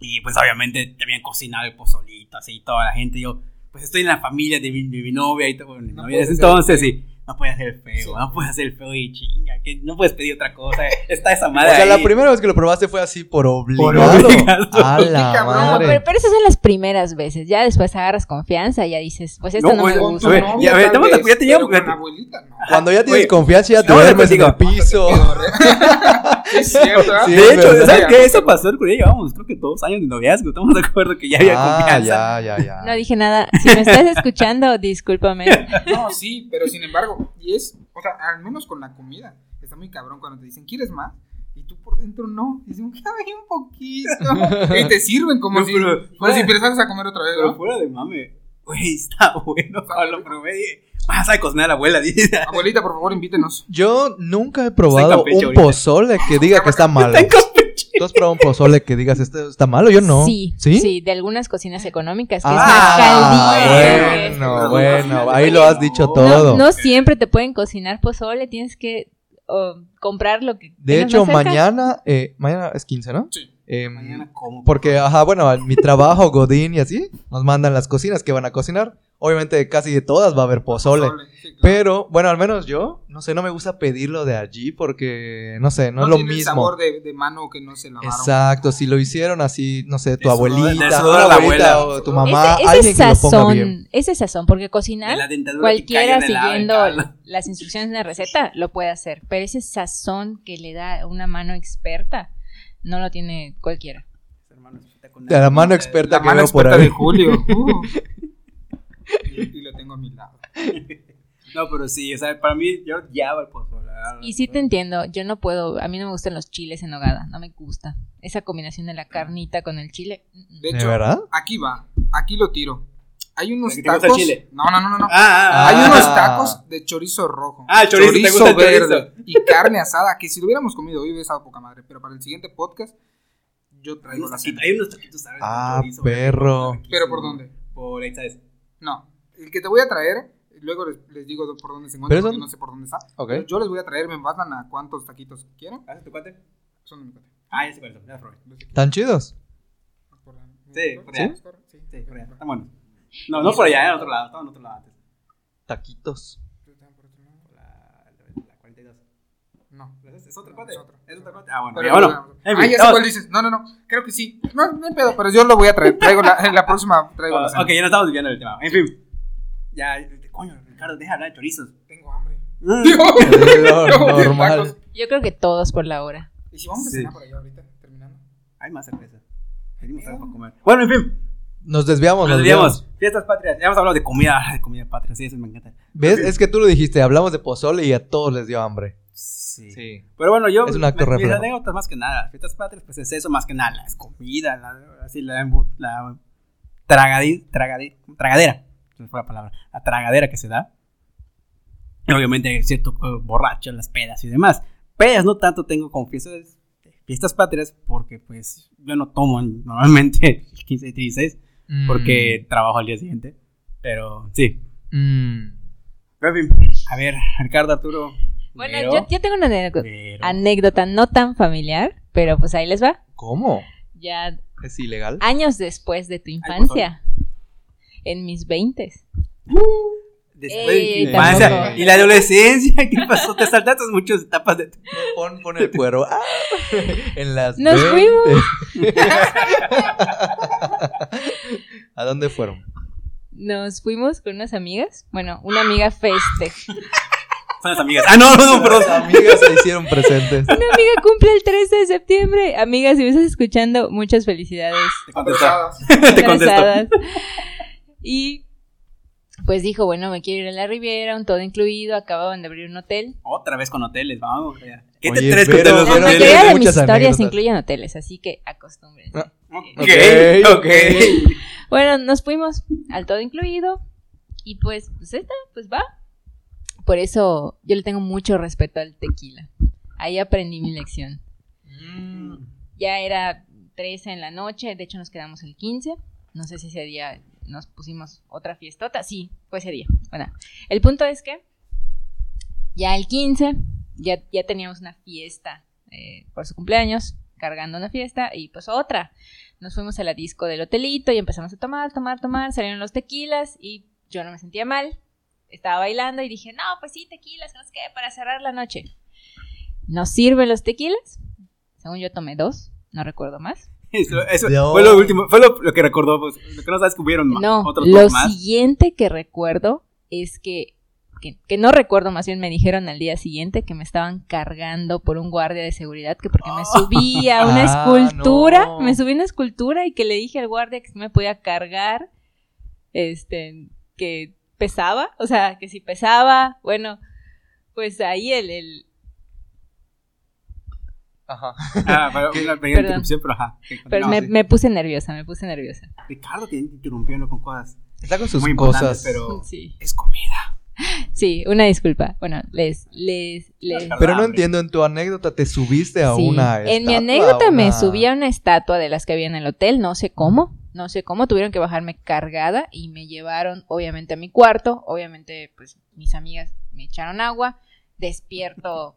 Speaker 1: Y pues obviamente te habían cocinado el pozolito, así, toda la gente. Yo, pues estoy en la familia de mi, de mi novia y todo. bueno, mi
Speaker 3: No
Speaker 1: novia en ese
Speaker 3: puedes hacer
Speaker 1: entonces,
Speaker 3: feo.
Speaker 1: sí. No puedes hacer feo,
Speaker 3: Sí.
Speaker 1: no puedes hacer feo y chinga, que no puedes pedir otra cosa. Está esa
Speaker 2: O
Speaker 1: madre.
Speaker 2: sea, la
Speaker 1: ahí.
Speaker 2: primera vez que lo probaste fue así por obligado.
Speaker 1: obligado.
Speaker 2: A
Speaker 3: Qué
Speaker 2: la
Speaker 3: cabrón.
Speaker 4: No, Ah, pero,
Speaker 2: madre.
Speaker 4: pero esas son las primeras veces. Ya después agarras confianza y ya dices, pues esto no,
Speaker 1: güey,
Speaker 4: me
Speaker 1: con
Speaker 4: gusta.
Speaker 1: A ver, ya, a ver,
Speaker 3: tal
Speaker 1: estamos-
Speaker 3: vez,
Speaker 1: ya teníamos-
Speaker 3: pero con
Speaker 1: ya-
Speaker 3: abuelita, no.
Speaker 2: Cuando ya tienes
Speaker 1: Oye,
Speaker 2: confianza, ya te
Speaker 1: no,
Speaker 2: duermes en
Speaker 1: digo,
Speaker 2: el piso.
Speaker 3: Es cierto, ¿ah?
Speaker 2: Sí,
Speaker 1: de hecho,
Speaker 2: ¿verdad?
Speaker 1: ¿sabes qué? Eso pasó con ella. Llevamos, creo que dos años de noviazgo. Estamos de acuerdo que ya había
Speaker 2: Ah,
Speaker 1: confianza.
Speaker 2: ya, ya, ya.
Speaker 4: No dije nada. Si me estás escuchando, discúlpame.
Speaker 3: No, sí, pero sin embargo, y es, o sea, al menos con la comida, está muy cabrón cuando te dicen, ¿quieres más? Y tú por dentro no, y dicen, "Ay, un poquito. Y te sirven como
Speaker 1: No,
Speaker 3: si,
Speaker 1: pero-
Speaker 3: como si empezaras a comer otra vez,
Speaker 1: Pero
Speaker 3: ¿no?
Speaker 1: fuera de mame, güey, está bueno. Cuando lo probé, dije, vas a cocinar a la abuela, dice.
Speaker 3: Abuelita, por favor, invítenos.
Speaker 2: Yo nunca
Speaker 3: Este
Speaker 1: Está
Speaker 2: he
Speaker 1: en
Speaker 2: probado
Speaker 1: Campeche
Speaker 2: un
Speaker 1: ahorita.
Speaker 2: pozole que diga que está malo. ¿Tú has probado un pozole que digas esto está malo? Yo no.
Speaker 4: Sí, sí,
Speaker 2: ¿Sí?
Speaker 4: de algunas cocinas económicas que
Speaker 2: Ah,
Speaker 4: es más caldito. ¿eh? que esto,
Speaker 2: bueno,
Speaker 4: que
Speaker 2: bueno, ahí lo has dicho
Speaker 1: No,
Speaker 2: todo.
Speaker 4: No, no siempre te pueden cocinar pozole, tienes que oh, comprar lo que.
Speaker 2: De
Speaker 4: tengas
Speaker 2: hecho,
Speaker 4: más cerca.
Speaker 2: mañana, eh, mañana es 15, ¿no?
Speaker 3: Sí.
Speaker 2: Em,
Speaker 1: Mañana como.
Speaker 2: porque, ajá, bueno, en mi trabajo, Godín y así, nos mandan las cocinas que van a cocinar. Obviamente, casi de todas va a haber pozole.
Speaker 3: sí, claro.
Speaker 2: Pero, bueno, al menos yo, no sé, no me gusta pedirlo de allí porque, no sé, no, es lo
Speaker 3: tiene el
Speaker 2: mismo.
Speaker 3: sabor de, de mano que no se lavaron.
Speaker 2: Exacto, si lo hicieron así, no sé, tu
Speaker 1: sudor- de
Speaker 2: abuelita,
Speaker 1: sudor a la
Speaker 2: tu abuelita
Speaker 1: abuela.
Speaker 2: o tu mamá,
Speaker 4: ese, ese
Speaker 2: alguien que lo ponga
Speaker 4: sazón,
Speaker 2: bien.
Speaker 4: ese sazón, porque
Speaker 1: De
Speaker 4: cocinar,
Speaker 1: la dentadura
Speaker 4: cualquiera
Speaker 1: que cayó en el
Speaker 4: siguiendo
Speaker 1: ave,
Speaker 4: las instrucciones de la receta lo puede hacer, pero ese sazón que le da una mano experta no lo tiene cualquiera.
Speaker 1: hermano, está con-
Speaker 2: De la mano experta
Speaker 3: La
Speaker 2: que
Speaker 3: mano
Speaker 2: veo por
Speaker 3: experta
Speaker 2: ahí.
Speaker 3: de Julio. Uh. Y, y lo tengo a mi lado.
Speaker 1: No, pero sí, o sea, para mí, yo pues, odiaba el pozole. la verdad.
Speaker 4: Y sí te entiendo, yo no puedo, a mí no me gustan los chiles en hogada, no me gusta. Esa combinación de la carnita con el chile.
Speaker 3: De
Speaker 4: mm,
Speaker 2: ¿De
Speaker 3: hecho,
Speaker 2: verdad?
Speaker 3: aquí va, aquí lo tiro. Hay unos
Speaker 1: ¿Que te gusta el
Speaker 3: tacos.
Speaker 1: chile?
Speaker 3: No, no, no, no, no.
Speaker 1: Ah, ah,
Speaker 3: Hay
Speaker 1: ah,
Speaker 3: unos
Speaker 1: ah.
Speaker 3: tacos de chorizo rojo.
Speaker 1: Ah, el chorizo, ¿te gusta el chorizo?
Speaker 3: Y carne asada, que si lo hubiéramos comido hoy hubiera estado poca madre. Pero para el siguiente podcast, yo
Speaker 1: Hay
Speaker 3: traigo
Speaker 1: unos
Speaker 3: la
Speaker 1: taquitos,
Speaker 3: cena.
Speaker 1: hay unos taquitos, ¿sabes? Con
Speaker 2: Ah,
Speaker 1: chorizo, güey.
Speaker 2: perro.
Speaker 3: ¿Pero por dónde?
Speaker 1: Por ahí sabes.
Speaker 3: No. El que te voy a traer, luego les, les digo do- por dónde se
Speaker 2: Pero
Speaker 3: encuentra,
Speaker 2: ¿Eh? eso-
Speaker 3: porque no sé por dónde está.
Speaker 2: Ok.
Speaker 3: Pero Yo les voy a traer, me mandan a cuántos taquitos quieran.
Speaker 1: ¿Haces tu cuate?
Speaker 3: Son de mi cuenta.
Speaker 1: Ah, ya sé cuáles son. Ya los probé.
Speaker 3: Los de-
Speaker 2: ¿Tan chidos?
Speaker 3: por la-
Speaker 1: Sí,
Speaker 3: por
Speaker 1: por
Speaker 3: la-
Speaker 1: allá.
Speaker 3: Sí,
Speaker 1: Sí, por allá.
Speaker 3: por la-
Speaker 1: Están buenos. No, no por allá, en otro lado. Estaban en otro lado antes.
Speaker 2: Taquitos.
Speaker 1: Por la, la, la 42.
Speaker 3: No.
Speaker 1: ¿Pero ¿Es, es otro
Speaker 3: No,
Speaker 1: cuate?
Speaker 3: es otro.
Speaker 1: ¿Es otro cuate? Ah, bueno.
Speaker 3: Pero
Speaker 1: ya, bueno. En fin,
Speaker 3: Ah, ya sé
Speaker 1: estamos-
Speaker 3: cuál dices. No, no, no. Creo que sí. No, no hay pedo, pero yo lo voy a traer. Traigo la, en la próxima. Traigo la
Speaker 1: Ah,
Speaker 3: cena.
Speaker 1: ok, ya no estamos desviando del tema. En fin. Ya, coño, Ricardo, deja de hablar de chorizos.
Speaker 3: Tengo hambre.
Speaker 1: Mm.
Speaker 2: Lo normal.
Speaker 4: Yo creo que todos por la hora.
Speaker 3: ¿Y si vamos a
Speaker 1: Sí.
Speaker 3: cenar por allá ahorita? Terminando.
Speaker 1: Hay más cerveza. Pedimos algo para comer. Bueno, en fin.
Speaker 2: Nos desviamos,
Speaker 1: Nos desviamos. Fiestas patrias. Ya hemos hablado de comida. De comida patria. Sí, eso me encanta.
Speaker 2: ¿Ves? Es que tú lo dijiste, hablamos de pozole y a todos les dio hambre.
Speaker 1: Sí. Pero bueno, yo.
Speaker 2: Es un acto
Speaker 1: me- Mis
Speaker 2: reflejo.
Speaker 1: anécdotas más que nada. las Fiestas patrias, pues es eso más que nada. Es comida. la- así la. embu- la tragadi- tragadi- tragadera. Se me fue la palabra. La tragadera que se da. Y obviamente, hay cierto eh, borracho, las pedas y demás. Pedas no tanto tengo con fiestas, fiestas patrias porque, pues, yo no tomo normalmente el 15 y 16 porque trabajo al día siguiente. Pero sí.
Speaker 2: Mm.
Speaker 1: Pero, en fin, a ver, Ricardo Arturo.
Speaker 4: Bueno,
Speaker 1: Vero,
Speaker 4: yo, yo tengo una anécdota,
Speaker 1: Vero.
Speaker 4: anécdota no tan familiar, pero pues ahí les va.
Speaker 2: ¿Cómo?
Speaker 4: Ya
Speaker 2: ¿Es ilegal?
Speaker 4: años después de tu
Speaker 1: por
Speaker 4: infancia, en mis veintes.
Speaker 1: Después de tu
Speaker 4: Ey,
Speaker 1: infancia
Speaker 4: tampoco.
Speaker 1: y la adolescencia, ¿qué pasó? Te saltaste muchas etapas de tu
Speaker 2: Pon, pon el cuero. Ah, en las
Speaker 4: Nos
Speaker 2: veinte.
Speaker 4: fuimos.
Speaker 2: ¿A dónde fueron?
Speaker 4: Nos fuimos con unas amigas, bueno, una amiga feste.
Speaker 1: Son las amigas. Ah, no, no, no, perdón.
Speaker 2: Las amigas se hicieron presentes.
Speaker 4: Una amiga cumple el 13 de septiembre. Amiga, si me estás escuchando, muchas felicidades.
Speaker 1: Te contestó.
Speaker 3: Abrazadas.
Speaker 1: Te contestó.
Speaker 4: Abrazadas. Y pues dijo, bueno, me quiero ir a la Riviera, un todo incluido, acababan de abrir un hotel.
Speaker 1: Otra vez con hoteles, vamos. ya. ¿Qué
Speaker 2: Oye,
Speaker 1: te traes
Speaker 2: Vero,
Speaker 1: con los
Speaker 4: La
Speaker 2: Vero,
Speaker 1: hoteles?
Speaker 4: mayoría de mis
Speaker 2: muchas
Speaker 4: historias
Speaker 2: anécdotas.
Speaker 4: incluyen hoteles, así que acostúmbrense.
Speaker 2: Ah.
Speaker 1: Ok,
Speaker 2: Ok,
Speaker 1: ok.
Speaker 4: Bueno, nos fuimos al todo incluido y pues, pues esta, pues va. Por eso yo le tengo mucho respeto al tequila. Ahí aprendí mi lección. Ya era 13 en la noche, de hecho nos quedamos el 15. No sé si ese día nos pusimos otra fiestota. Sí, fue ese día. Bueno, el punto es que ya el 15 ya, ya teníamos una fiesta eh, por su cumpleaños, cargando una fiesta y pues otra. Nos fuimos a la disco del hotelito y empezamos a tomar, tomar, tomar. Salieron los tequilas y yo no me sentía mal. Estaba bailando y dije, no, pues sí, tequilas, no sé qué, para cerrar la noche. Nos sirven los tequilas. Según yo tomé dos, no recuerdo más.
Speaker 1: Eso, eso
Speaker 2: Dios.
Speaker 1: fue lo último, fue lo, lo que recordó, pues, lo que no sabes que hubieron ma-
Speaker 4: No,
Speaker 1: otros
Speaker 4: lo
Speaker 1: dos más.
Speaker 4: siguiente que recuerdo es que, que, que no recuerdo, más bien me dijeron al día siguiente que me estaban cargando por un guardia de seguridad, que porque
Speaker 1: Ah.
Speaker 4: me subí a una
Speaker 2: Ah,
Speaker 4: escultura,
Speaker 2: no.
Speaker 4: me subí a una escultura y que le dije al guardia que si me podía cargar, este, que pesaba, o sea, que si pesaba, bueno, pues ahí el, el-
Speaker 2: Ajá.
Speaker 1: Ah, pero una pequeña
Speaker 4: Perdón.
Speaker 1: interrupción, pero ajá. que
Speaker 4: pero
Speaker 1: continuamos,
Speaker 4: me,
Speaker 1: sí.
Speaker 4: me puse nerviosa, me puse nerviosa.
Speaker 1: Ricardo te interrumpiendo con cosas
Speaker 2: Está con sus
Speaker 1: muy importantes,
Speaker 2: cosas.
Speaker 1: pero
Speaker 4: Sí,
Speaker 1: es comida.
Speaker 4: sí, una disculpa. Bueno, les, les, les,
Speaker 2: Pero no
Speaker 1: Hambre.
Speaker 2: entiendo, en tu anécdota te subiste a
Speaker 4: Sí,
Speaker 2: una.
Speaker 4: En mi
Speaker 2: estatua,
Speaker 4: anécdota
Speaker 2: a
Speaker 4: me
Speaker 2: una-
Speaker 4: subí a una estatua de las que había en el hotel, no sé cómo, no sé cómo, tuvieron que bajarme cargada y me llevaron obviamente a mi cuarto, obviamente pues mis amigas me echaron agua, despierto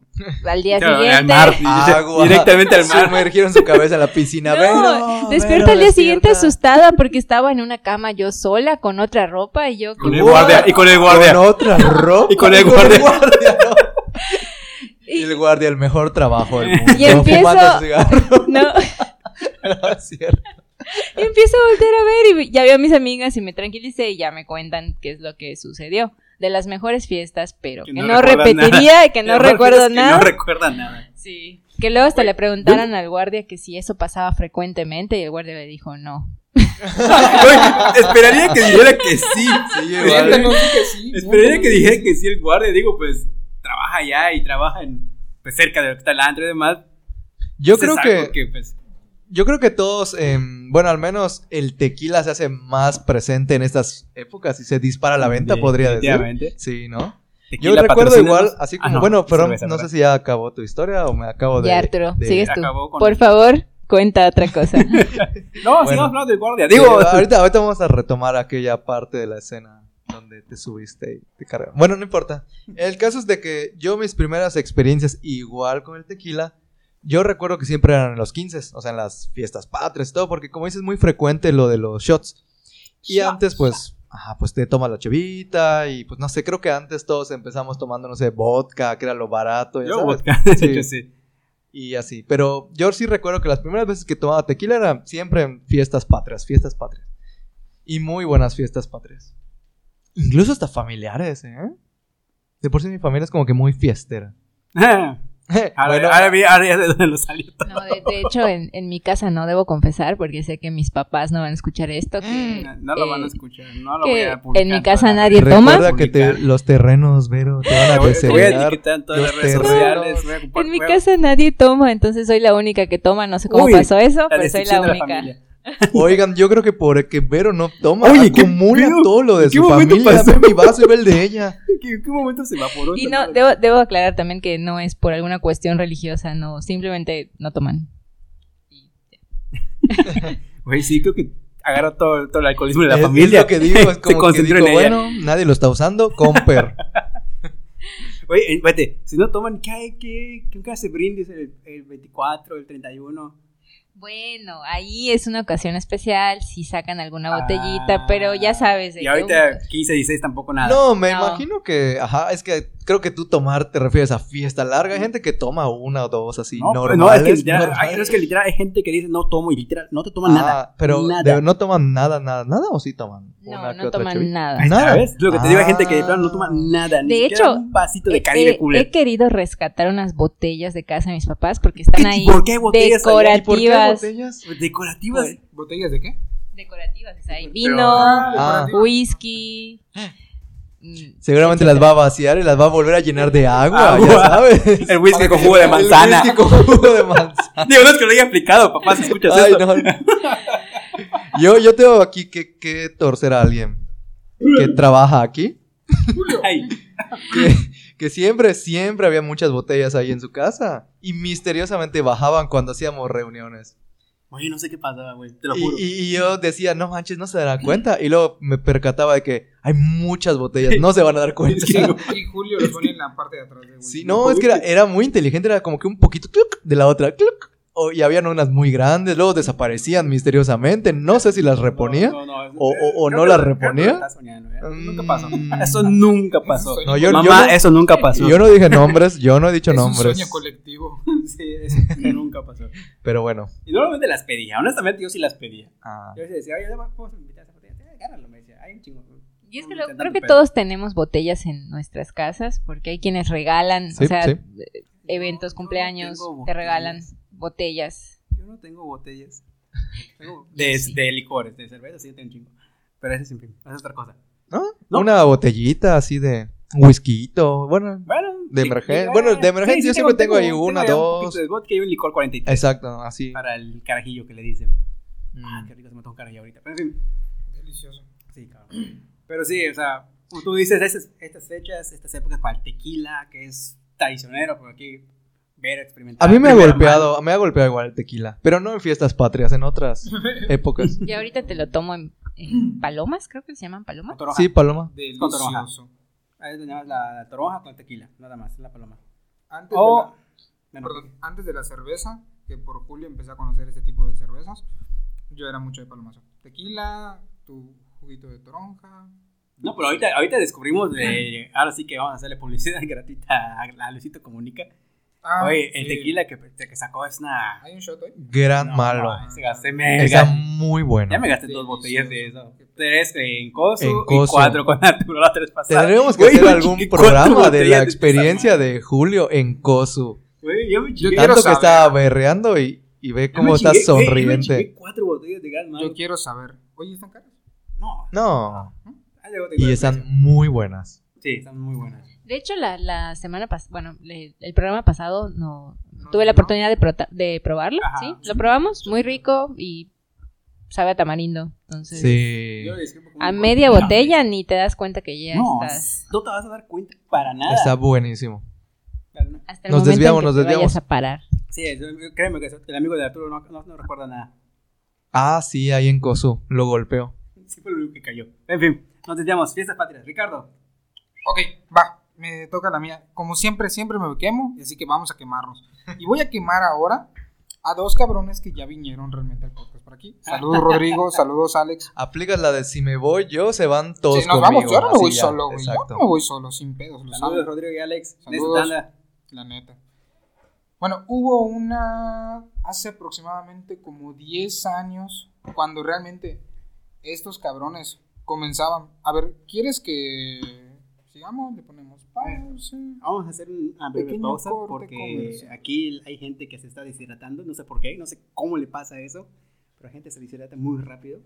Speaker 4: al día
Speaker 1: Claro,
Speaker 4: siguiente.
Speaker 1: al mar,
Speaker 2: Agua.
Speaker 1: directamente al mar.
Speaker 2: Sumergieron su cabeza en la piscina.
Speaker 4: No,
Speaker 2: Vero,
Speaker 4: despierto
Speaker 2: Vero,
Speaker 4: al día siguiente
Speaker 2: despierta.
Speaker 4: asustada porque estaba en una cama yo sola con otra ropa y yo
Speaker 1: Con
Speaker 4: ¿qué
Speaker 1: el
Speaker 4: puedo?
Speaker 1: guardia, y con el guardia.
Speaker 2: Con otra ropa.
Speaker 1: Y con el guardia.
Speaker 2: ¿no? Y el guardia, el mejor trabajo del mundo.
Speaker 4: Y empiezo-
Speaker 2: Fumando cigarro.
Speaker 4: No.
Speaker 2: No, es cierto.
Speaker 4: Y empiezo a voltear a ver y ya veo a mis amigas y me tranquilicé y ya me cuentan qué es lo que sucedió. De las mejores fiestas, pero que
Speaker 1: Que
Speaker 4: no,
Speaker 1: no recuerdas
Speaker 4: repetiría y que no
Speaker 1: Aparte
Speaker 4: recuerdo
Speaker 1: es que
Speaker 4: nada.
Speaker 1: No recuerda nada.
Speaker 4: sí. Que luego hasta le preguntaran al guardia que si eso pasaba frecuentemente y el guardia le dijo no.
Speaker 1: Oye, esperaría que dijera que sí.
Speaker 2: Vale.
Speaker 3: Siéntanos, di que sí.
Speaker 1: Esperaría que dijera que sí el guardia. Digo, pues trabaja allá y trabaja en, pues, cerca de lo que está el antro y demás.
Speaker 2: Yo
Speaker 1: Pues,
Speaker 2: creo
Speaker 1: es
Speaker 2: que,
Speaker 1: algo pues,
Speaker 2: yo creo que todos, em, bueno, al menos el tequila se hace más presente en estas épocas y se dispara la venta, podría decir.
Speaker 1: definitivamente.
Speaker 2: Sí, ¿no? Yo
Speaker 1: Tequila,
Speaker 2: recuerdo
Speaker 1: patrocínanos.
Speaker 2: igual, así como,
Speaker 1: Ah, no,
Speaker 2: bueno, pero
Speaker 1: cerveza,
Speaker 2: no sé
Speaker 1: ¿verdad?
Speaker 2: si ya acabó tu historia o me acabo de...
Speaker 4: Ya, Arturo,
Speaker 2: de-
Speaker 4: sigues tú.
Speaker 1: Acabó con
Speaker 4: Por favor, cuenta otra cosa.
Speaker 1: No,
Speaker 2: Bueno.
Speaker 1: sigamos hablando del guardia.
Speaker 2: Digo,
Speaker 1: Digo,
Speaker 2: ahorita, ahorita vamos a retomar aquella parte de la escena donde te subiste y te cargaron. Bueno, no importa. El caso es de que yo mis primeras experiencias igual con el tequila, yo recuerdo que siempre eran en los 15, o sea, en las fiestas patrias y todo, porque como dices, es muy frecuente lo de los shots. Y antes, pues, ajá, pues te toma la chevita y pues no sé, creo que antes todos empezamos tomando, no sé, vodka, que era lo barato. ya
Speaker 1: yo
Speaker 2: sabes.
Speaker 1: vodka, de
Speaker 2: Sí.
Speaker 1: hecho, sí.
Speaker 2: Y así. Pero yo sí recuerdo que las primeras veces que tomaba tequila eran siempre en fiestas patrias, fiestas patrias. Y muy buenas fiestas patrias. Incluso hasta familiares, ¿eh? De por sí mi familia es como que muy fiestera.
Speaker 1: Ah, Ahora,
Speaker 2: Bueno,
Speaker 1: ahora vi- ahora ya sé dónde lo salió.
Speaker 4: No, de, de hecho, en, en mi casa no debo confesar, porque sé que mis papás no van a escuchar esto. que,
Speaker 1: No lo van a
Speaker 4: eh,
Speaker 1: escuchar, no lo
Speaker 4: que
Speaker 1: voy a publicar.
Speaker 4: en mi casa
Speaker 1: todavía.
Speaker 4: nadie- toma?
Speaker 2: recuerda que te- los terrenos, Vero, te van a
Speaker 1: Te voy a
Speaker 2: desear.
Speaker 1: etiquetar en todas las
Speaker 2: los
Speaker 1: redes
Speaker 2: terrenos.
Speaker 1: sociales. voy a ocupar-
Speaker 4: En mi
Speaker 1: voy a-
Speaker 4: casa nadie toma, entonces soy la única que toma. No sé cómo
Speaker 1: Uy,
Speaker 4: pasó eso,
Speaker 1: la
Speaker 4: pero soy la
Speaker 1: destrucción de la
Speaker 4: única.
Speaker 1: familia.
Speaker 2: Oigan, yo creo que porque Vero no toma,
Speaker 1: Oye, ¿qué
Speaker 2: acumula
Speaker 1: pedo?
Speaker 2: todo lo de
Speaker 1: ¿En qué
Speaker 2: su
Speaker 1: momento
Speaker 2: familia.
Speaker 1: pasó?
Speaker 2: Ve Mi vaso y ve el de ella.
Speaker 1: ¿En qué momento se evaporó?
Speaker 4: Y
Speaker 1: esa
Speaker 4: no,
Speaker 1: madre?
Speaker 4: debo, debo aclarar también que no es por alguna cuestión religiosa, no, simplemente no toman.
Speaker 1: Güey, sí, creo que agarra todo, todo el alcoholismo de la
Speaker 2: Es- es
Speaker 1: familia.
Speaker 2: lo que digo, es
Speaker 1: se
Speaker 2: como que
Speaker 1: concentró
Speaker 2: digo,
Speaker 1: en ella.
Speaker 2: bueno, nadie lo está usando, comper.
Speaker 1: Oye, eh, vete, si no toman, ¿qué hay? ¿Qué, qué, qué hace brindis el, el 24, el 31?
Speaker 4: Bueno, ahí es una ocasión especial, si sacan alguna
Speaker 1: Ah,
Speaker 4: botellita, pero ya sabes. de
Speaker 1: Y
Speaker 4: que
Speaker 1: ahorita
Speaker 4: un-
Speaker 1: 15, 16 tampoco nada.
Speaker 2: No, me
Speaker 4: No.
Speaker 2: imagino que, ajá, es que creo que tú tomar te refieres a fiesta larga. Hay gente que toma una o dos así,
Speaker 1: No, pues
Speaker 2: normales.
Speaker 1: no, es que literal,
Speaker 2: normales.
Speaker 1: hay, es que literal hay gente que dice no tomo y literal no te toman
Speaker 2: Ah,
Speaker 1: nada.
Speaker 2: Pero
Speaker 1: nada.
Speaker 2: de- no toman nada, nada, nada o sí toman.
Speaker 4: No,
Speaker 2: que
Speaker 4: no
Speaker 2: otra
Speaker 4: toman
Speaker 2: chavita?
Speaker 4: nada.
Speaker 1: Ahí está,
Speaker 2: nada.
Speaker 1: ¿ves? Lo que te digo, hay gente que
Speaker 2: Ah.
Speaker 1: literal no toma nada. Ni
Speaker 4: De
Speaker 1: siquiera
Speaker 4: hecho, eh,
Speaker 1: un vasito de
Speaker 4: He-
Speaker 1: Caribe
Speaker 4: he,
Speaker 1: cooler.
Speaker 4: he querido rescatar unas botellas de casa de mis papás porque están
Speaker 1: ¿Qué-
Speaker 4: ahí
Speaker 1: por qué hay botellas ahí?
Speaker 2: ¿Y por qué
Speaker 4: decorativas.
Speaker 2: botellas?
Speaker 1: Decorativas.
Speaker 3: ¿Botellas de qué?
Speaker 4: decorativas, o sea, hay
Speaker 1: Ah,
Speaker 4: vino,
Speaker 2: Ah,
Speaker 4: whisky. mm,
Speaker 2: seguramente las va a vaciar y las va a volver a llenar de agua,
Speaker 1: Agua.
Speaker 2: ya sabes.
Speaker 1: El whisky con jugo de manzana.
Speaker 2: El whisky con jugo de manzana.
Speaker 1: Digo, no es que lo haya aplicado, papá, si escuchas
Speaker 2: Ay,
Speaker 1: esto.
Speaker 2: no. Yo, yo tengo aquí que, que torcer a alguien que trabaja aquí.
Speaker 1: Ay,
Speaker 2: que, que siempre, siempre había muchas botellas ahí en su casa. Y misteriosamente bajaban cuando hacíamos reuniones.
Speaker 5: Oye, no sé qué pasaba, güey. Te lo
Speaker 2: Y,
Speaker 5: juro.
Speaker 2: y- y yo decía, no manches, no se darán cuenta. Y luego me percataba de que hay muchas botellas, no se van a dar cuenta.
Speaker 3: Y Julio lo pone en la parte de atrás de Julio.
Speaker 2: Sí, no, es que era, era muy inteligente, era como que un poquito cluc, de la otra. cluc. O- y habían unas muy grandes, luego desaparecían misteriosamente. No sé si las reponía.
Speaker 1: No, no, no.
Speaker 2: ¿O- o- o
Speaker 1: Creo
Speaker 2: no
Speaker 1: que-
Speaker 2: la
Speaker 1: creo que
Speaker 2: reponía?
Speaker 1: lo estás soñando, ¿eh? Nunca pasó.
Speaker 2: Mm.
Speaker 1: Eso nunca pasó.
Speaker 3: Eso
Speaker 2: No, yo, yo
Speaker 1: Mamá,
Speaker 2: no-
Speaker 1: eso nunca pasó.
Speaker 2: yo no dije nombres, yo no he dicho
Speaker 3: es un
Speaker 2: nombres.
Speaker 3: sueño colectivo.
Speaker 1: Sí, eso nunca pasó.
Speaker 2: Pero bueno.
Speaker 1: Y normalmente las pedía, honestamente yo sí las pedía.
Speaker 2: Ah.
Speaker 1: Yo sí decía, oye, ¿cómo invitar a esa botella? "Eh, Agárralo, me decía, hay un chingo.
Speaker 4: Y es
Speaker 1: No
Speaker 4: que
Speaker 1: me
Speaker 4: lo-
Speaker 1: encanta
Speaker 4: creo
Speaker 1: tu
Speaker 4: que
Speaker 1: pedo.
Speaker 4: todos tenemos botellas en nuestras casas, porque hay quienes regalan,
Speaker 2: Sí,
Speaker 4: o sea,
Speaker 2: sí.
Speaker 4: eventos,
Speaker 1: Yo no
Speaker 4: cumpleaños,
Speaker 1: tengo
Speaker 4: te regalan
Speaker 1: botellas.
Speaker 4: botellas.
Speaker 1: Yo no tengo botellas. Tengo- de,
Speaker 4: sí.
Speaker 1: de licores, de cerveza, sí, yo tengo un chingo. Pero ese es siempre, esa es otra cosa.
Speaker 2: ¿No?
Speaker 1: ¿No?
Speaker 2: Una botellita así de whisky, bueno.
Speaker 1: Bueno,
Speaker 2: De
Speaker 1: sí,
Speaker 2: emergen-
Speaker 1: eh,
Speaker 2: bueno, de emergencia yo siempre tengo ahí una,
Speaker 1: ya un
Speaker 2: dos.
Speaker 1: poquito de vodka y un licor 43
Speaker 2: Exacto, así.
Speaker 1: para el carajillo que le dicen. Ah,
Speaker 2: Mm.
Speaker 1: qué rico se me tocó un carajillo ahorita. Pero en fin,
Speaker 3: Delicioso.
Speaker 1: Sí, cabrón. Pero sí, o sea, como tú dices, estas, estas fechas, estas épocas para el tequila, que es traicionero, pero aquí ver, experimentar.
Speaker 2: A mí me ha
Speaker 1: primera
Speaker 2: golpeado, me ha golpeado igual el tequila, pero no en fiestas patrias, en otras épocas.
Speaker 4: Y ahorita te lo tomo en, en palomas, creo que se llaman
Speaker 1: mano,
Speaker 4: palomas.
Speaker 1: toroja.
Speaker 2: Sí, Paloma.
Speaker 1: Con toronja.
Speaker 3: Delicioso.
Speaker 1: Ahí teníamos la, la toronja con tequila, nada más, la paloma.
Speaker 3: Antes, de
Speaker 1: O.
Speaker 3: la,
Speaker 1: bueno,
Speaker 3: perdón, antes de la cerveza, que por Julio empecé a conocer este tipo de cervezas, yo era mucho de palomazo. Tequila, tu juguito de toronja.
Speaker 1: No, pero ahorita, ahorita descubrimos, eh, ahora sí que vamos a hacerle publicidad gratuita a, a Luisito Comunica.
Speaker 3: Ah,
Speaker 1: Oye, el
Speaker 3: sí.
Speaker 1: tequila que, que sacó es una...
Speaker 3: ¿Hay un shot hoy?
Speaker 2: Gran
Speaker 1: no,
Speaker 2: malo.
Speaker 1: no, se gasté mega.
Speaker 2: Está muy bueno.
Speaker 1: Ya me gasté dos botellas de eso.
Speaker 3: Delicioso.
Speaker 1: Tres en Cosu
Speaker 2: En
Speaker 1: y
Speaker 2: Cosu.
Speaker 1: cuatro con Arturo la tres pasada.
Speaker 2: Tendremos que
Speaker 1: Güey,
Speaker 2: hacer
Speaker 1: güey,
Speaker 2: algún
Speaker 1: ¿qué- cuatro
Speaker 2: programa de la
Speaker 1: botellas esa
Speaker 2: experiencia de Julio en Cosu.
Speaker 1: Güey, yo me
Speaker 3: Yo
Speaker 1: chingué.
Speaker 2: Tanto
Speaker 3: quiero
Speaker 2: que
Speaker 3: saber.
Speaker 2: está berreando y, y ve
Speaker 1: Yo me
Speaker 2: cómo está
Speaker 1: chingué, güey, yo me chingué
Speaker 2: sonriente.
Speaker 1: cuatro botellas de gas, man.
Speaker 3: Yo quiero saber. Oye, ¿están caros?
Speaker 1: No.
Speaker 2: No,
Speaker 1: ahí ah, luego te digo
Speaker 2: y
Speaker 1: el
Speaker 2: están
Speaker 1: precio.
Speaker 2: muy buenas.
Speaker 1: Sí, están muy buenas.
Speaker 4: De hecho, la, la semana pasada, bueno, le- el programa pasado no
Speaker 3: No,
Speaker 4: tuve la
Speaker 3: no.
Speaker 4: oportunidad de, prota- de probarlo,
Speaker 1: Ajá.
Speaker 4: ¿sí? Lo probamos, muy rico y sabe a tamarindo. Entonces,
Speaker 2: Sí.
Speaker 1: Yo lo describo como
Speaker 4: a
Speaker 1: un
Speaker 4: media
Speaker 1: corte.
Speaker 4: botella ni te das cuenta que ya
Speaker 1: No,
Speaker 4: estás...
Speaker 1: no te vas a dar cuenta para nada.
Speaker 2: Está buenísimo.
Speaker 1: Para nada.
Speaker 4: Hasta el
Speaker 2: Nos
Speaker 4: momento en
Speaker 2: desviamos,
Speaker 4: que
Speaker 2: nos
Speaker 4: te
Speaker 2: desviamos.
Speaker 4: vayas a parar.
Speaker 1: Sí, es- créeme que el amigo de Arturo no, no- no recuerda nada.
Speaker 2: Ah, sí, ahí en Kosu. Lo golpeó.
Speaker 1: Sí fue lo único que cayó. En fin, nos desviamos. Fiestas patrias. Ricardo.
Speaker 3: Ok, va, me toca la mía. Como siempre, siempre me quemo, así que vamos a quemarnos. Y voy a quemar ahora a dos cabrones que ya vinieron realmente al podcast por aquí. Saludos Rodrigo, saludos Alex.
Speaker 2: Aplicas la de si me voy yo, se van todos
Speaker 3: Si nos
Speaker 2: conmigo.
Speaker 3: vamos, yo no me
Speaker 2: Así
Speaker 3: voy
Speaker 2: ya,
Speaker 3: solo, güey. Yo
Speaker 2: Exacto.
Speaker 3: no me voy solo, sin pedos, lo
Speaker 1: Saludos,
Speaker 3: sabes,
Speaker 1: Rodrigo y Alex.
Speaker 3: Saludos.
Speaker 1: Saludos.
Speaker 3: la neta. Bueno, hubo una hace aproximadamente como 10 años cuando realmente estos cabrones comenzaban. A ver, ¿quieres que sigamos? Le ponemos pausa.
Speaker 1: Vamos a hacer una breve
Speaker 3: Pequeño
Speaker 1: pausa
Speaker 3: corte
Speaker 1: porque
Speaker 3: comercial.
Speaker 1: aquí hay gente que se está deshidratando. No sé por qué, no sé cómo le pasa eso. Pero la gente se deshidrata muy rápido.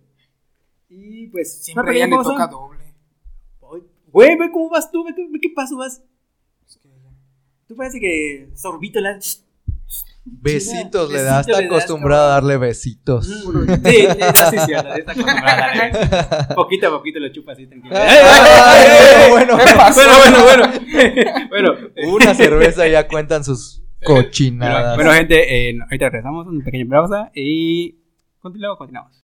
Speaker 1: Y pues, una
Speaker 3: Siempre a
Speaker 1: pequeña
Speaker 3: ella le
Speaker 1: pausa.
Speaker 3: toca doble.
Speaker 1: Ay, Güey, ve cómo vas tú, ve, qué- ve qué paso vas.
Speaker 3: Es que ya-
Speaker 1: Tú parece que sorbito la. Sí,
Speaker 2: Besitos
Speaker 1: Besito
Speaker 2: le da. Está
Speaker 1: le das,
Speaker 2: acostumbrada a darle besitos.
Speaker 1: sí, sí, sí, está acostumbrada, ¿eh? Poquito a poquito lo chupas así, tranquilo.
Speaker 2: Ay, bueno,
Speaker 3: ¿Qué pasó?
Speaker 1: Bueno, bueno, bueno. bueno,
Speaker 2: Una cerveza ya cuentan sus
Speaker 3: Eh,
Speaker 1: Pero,
Speaker 2: cochinadas.
Speaker 1: bueno, gente, eh, no, ahorita regresamos, una pequeña pausa y continuamos, continuamos.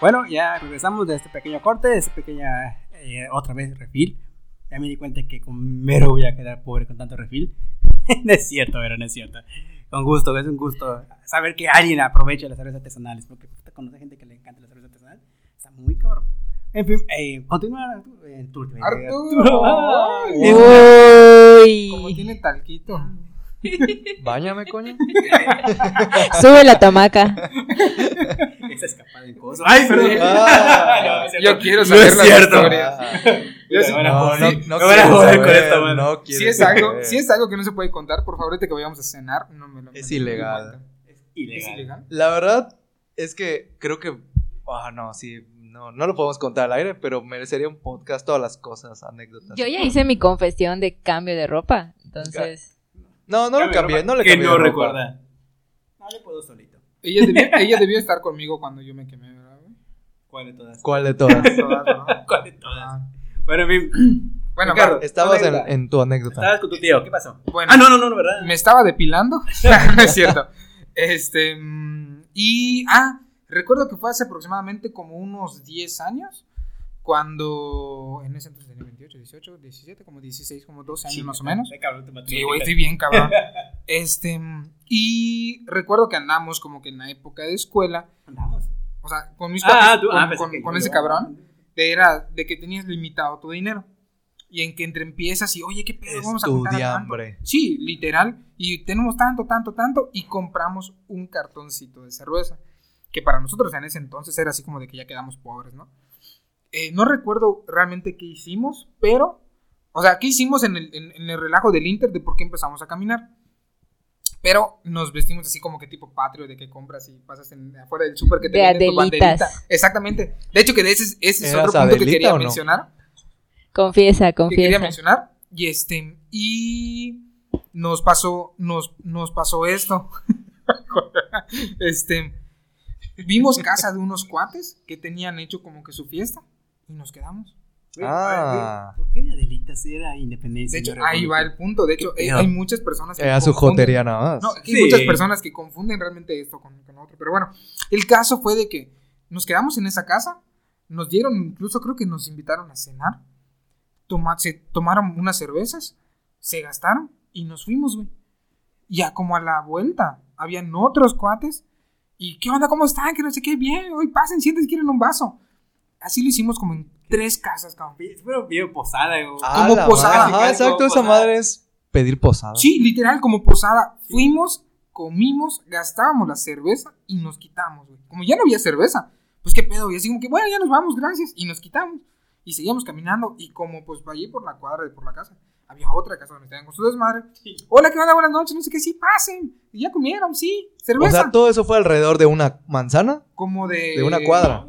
Speaker 1: Bueno, ya regresamos de este pequeño corte, de esta pequeña, eh, otra vez refil. Ya me di cuenta que con mero voy a quedar pobre con tanto refil. no es cierto, pero no es cierto. Con gusto, es un gusto saber que alguien aprovecha las cervezas artesanales, porque conoce gente que le encanta la cerveza artesanal. Está muy cabrón. En fin, eh, continúa Arturo, eh, tú, eh,
Speaker 3: Arturo.
Speaker 1: Ay,
Speaker 3: Uy.
Speaker 1: es-
Speaker 3: Como
Speaker 4: Uy,
Speaker 3: tiene talquito.
Speaker 2: Báñame, coño.
Speaker 4: sube la tomaca.
Speaker 1: Esa escapada en cosas. Ay, perdón.
Speaker 2: Ah.
Speaker 1: No,
Speaker 3: Yo quiero
Speaker 1: No
Speaker 3: saber
Speaker 1: es
Speaker 3: las
Speaker 1: cierto.
Speaker 3: historias. Yo sí-
Speaker 1: Me van a
Speaker 2: No, no,
Speaker 1: joder.
Speaker 2: Ah, no
Speaker 1: Me van a
Speaker 2: quiero
Speaker 1: joder con
Speaker 2: saber,
Speaker 1: esta madre.
Speaker 2: no
Speaker 3: si
Speaker 2: quiero
Speaker 3: es algo,
Speaker 2: saber.
Speaker 3: si es algo que no se puede contar, por favor, ahorita que vayamos a cenar, no me lo
Speaker 2: Es
Speaker 3: no me lo
Speaker 2: ilegal.
Speaker 3: cuenten.
Speaker 1: Es
Speaker 3: ¿Es
Speaker 1: ilegal.
Speaker 3: ilegal?
Speaker 2: La verdad es que creo que. Ah, no, sí. No, no lo podemos contar al aire, pero merecería un podcast todas las cosas, anécdotas.
Speaker 4: Yo ya hice mi confesión de cambio de ropa, entonces
Speaker 2: No, no lo cambié, no le
Speaker 1: Que
Speaker 2: cambié.
Speaker 1: no
Speaker 2: la ropa.
Speaker 1: recuerda. No le puedo solito.
Speaker 3: Ella debió, ella debió estar conmigo cuando yo me quemé, ¿verdad? güey?
Speaker 1: ¿Cuál de todas?
Speaker 2: ¿Cuál de todas?
Speaker 3: Todas, ¿no?
Speaker 1: ¿Cuál de todas?
Speaker 3: Ah.
Speaker 1: Bueno, en fin,
Speaker 3: Bueno,
Speaker 1: Ricardo,
Speaker 3: va.
Speaker 2: Estabas en,
Speaker 1: Anécdota.
Speaker 2: en tu anécdota.
Speaker 1: estabas con tu tío, ¿qué pasó?
Speaker 3: bueno
Speaker 1: Ah, no, no, no, ¿verdad?
Speaker 3: me estaba depilando. no es cierto. Este, mm, y, ah, recuerdo que fue hace aproximadamente como unos 10 años, cuando en ese entonces tenía 28, 18, 17, como 16, como 12 años
Speaker 1: Sí,
Speaker 3: más o
Speaker 1: está-
Speaker 3: menos.
Speaker 1: está cabrón tu
Speaker 3: Sí,
Speaker 1: matemática.
Speaker 3: güey, estoy bien, cabrón. Este, mm, y recuerdo que andamos como que en la época de escuela,
Speaker 1: Andamos.
Speaker 3: o sea, con mis
Speaker 1: Ah,
Speaker 3: papás,
Speaker 1: ah, tú-
Speaker 3: con,
Speaker 1: ah, pensé
Speaker 3: con-
Speaker 1: que-
Speaker 3: con ese cabrón, de, era de que tenías limitado tu dinero. Y en que entre empiezas y, oye, qué pedo, vamos a juntar a tanto.
Speaker 2: Estudiambre.
Speaker 3: Sí, literal. Y tenemos tanto, tanto, tanto. Y compramos un cartoncito de cerveza. Que para nosotros en ese entonces era así como de que ya quedamos pobres, ¿no? Eh, no recuerdo realmente qué hicimos, pero. O sea, qué hicimos en el, en- en el relajo del Inter de por qué empezamos a caminar. Pero nos vestimos así como que tipo patrio de que compras y pasas en, afuera del súper que te
Speaker 4: De
Speaker 3: venden tu
Speaker 4: Adelitas.
Speaker 3: banderita. Exactamente. De hecho, que de ese, ese es
Speaker 2: ¿Eras
Speaker 3: otro punto que
Speaker 2: Adelita
Speaker 3: quería
Speaker 2: o no?
Speaker 3: mencionar
Speaker 4: confiesa,
Speaker 3: que quería
Speaker 4: confiesa.
Speaker 3: mencionar. Y este, y nos pasó, nos, nos pasó esto. este, vimos casa de unos cuates que tenían hecho como que su fiesta y nos quedamos.
Speaker 1: Güey,
Speaker 2: Ah.
Speaker 1: güey, ¿Por qué Adelita sí era independencia?
Speaker 3: De hecho,
Speaker 1: no
Speaker 3: ahí va el
Speaker 1: revolución?
Speaker 3: punto. De hecho,
Speaker 2: Qué
Speaker 3: eh,
Speaker 2: pedo.
Speaker 3: hay muchas personas que
Speaker 2: Era su
Speaker 3: confunden-
Speaker 2: jotería nada más.
Speaker 3: no, que hay
Speaker 1: Sí.
Speaker 3: muchas personas que confunden realmente esto con, con otro. Pero bueno, el caso fue de que nos quedamos en esa casa, nos dieron, incluso creo que nos invitaron a cenar, toma- se tomaron unas cervezas, se gastaron y nos fuimos, güey. Ya como a la vuelta, habían otros cuates. ¿Y qué onda? ¿Cómo están? Que no sé qué, bien. Hoy pasen, sienten, quieren un vaso. Así lo hicimos como en tres casas, cabrón.
Speaker 1: Fue bien posada, güey.
Speaker 2: Ah,
Speaker 3: como
Speaker 2: la
Speaker 3: posada.
Speaker 2: madre. Ajá,
Speaker 1: Como
Speaker 2: exacto, esa
Speaker 1: posada.
Speaker 2: madre es pedir posada.
Speaker 3: Sí, literal, como posada. Fuimos, comimos, gastábamos la cerveza y nos quitamos, güey. Como ya no había cerveza, pues qué pedo. Y así como que, bueno, ya nos vamos, gracias. Y nos quitamos. Y seguíamos caminando. Y como pues allí por la cuadra de por la casa, había otra casa donde estaban con su desmadre. Hola, ¿qué onda? Buenas noches, no sé qué, sí, pasen. Y ya comieron, sí.
Speaker 2: O
Speaker 3: Cerveza.
Speaker 2: sea, todo eso fue alrededor de una manzana,
Speaker 3: como de.
Speaker 2: de una cuadra.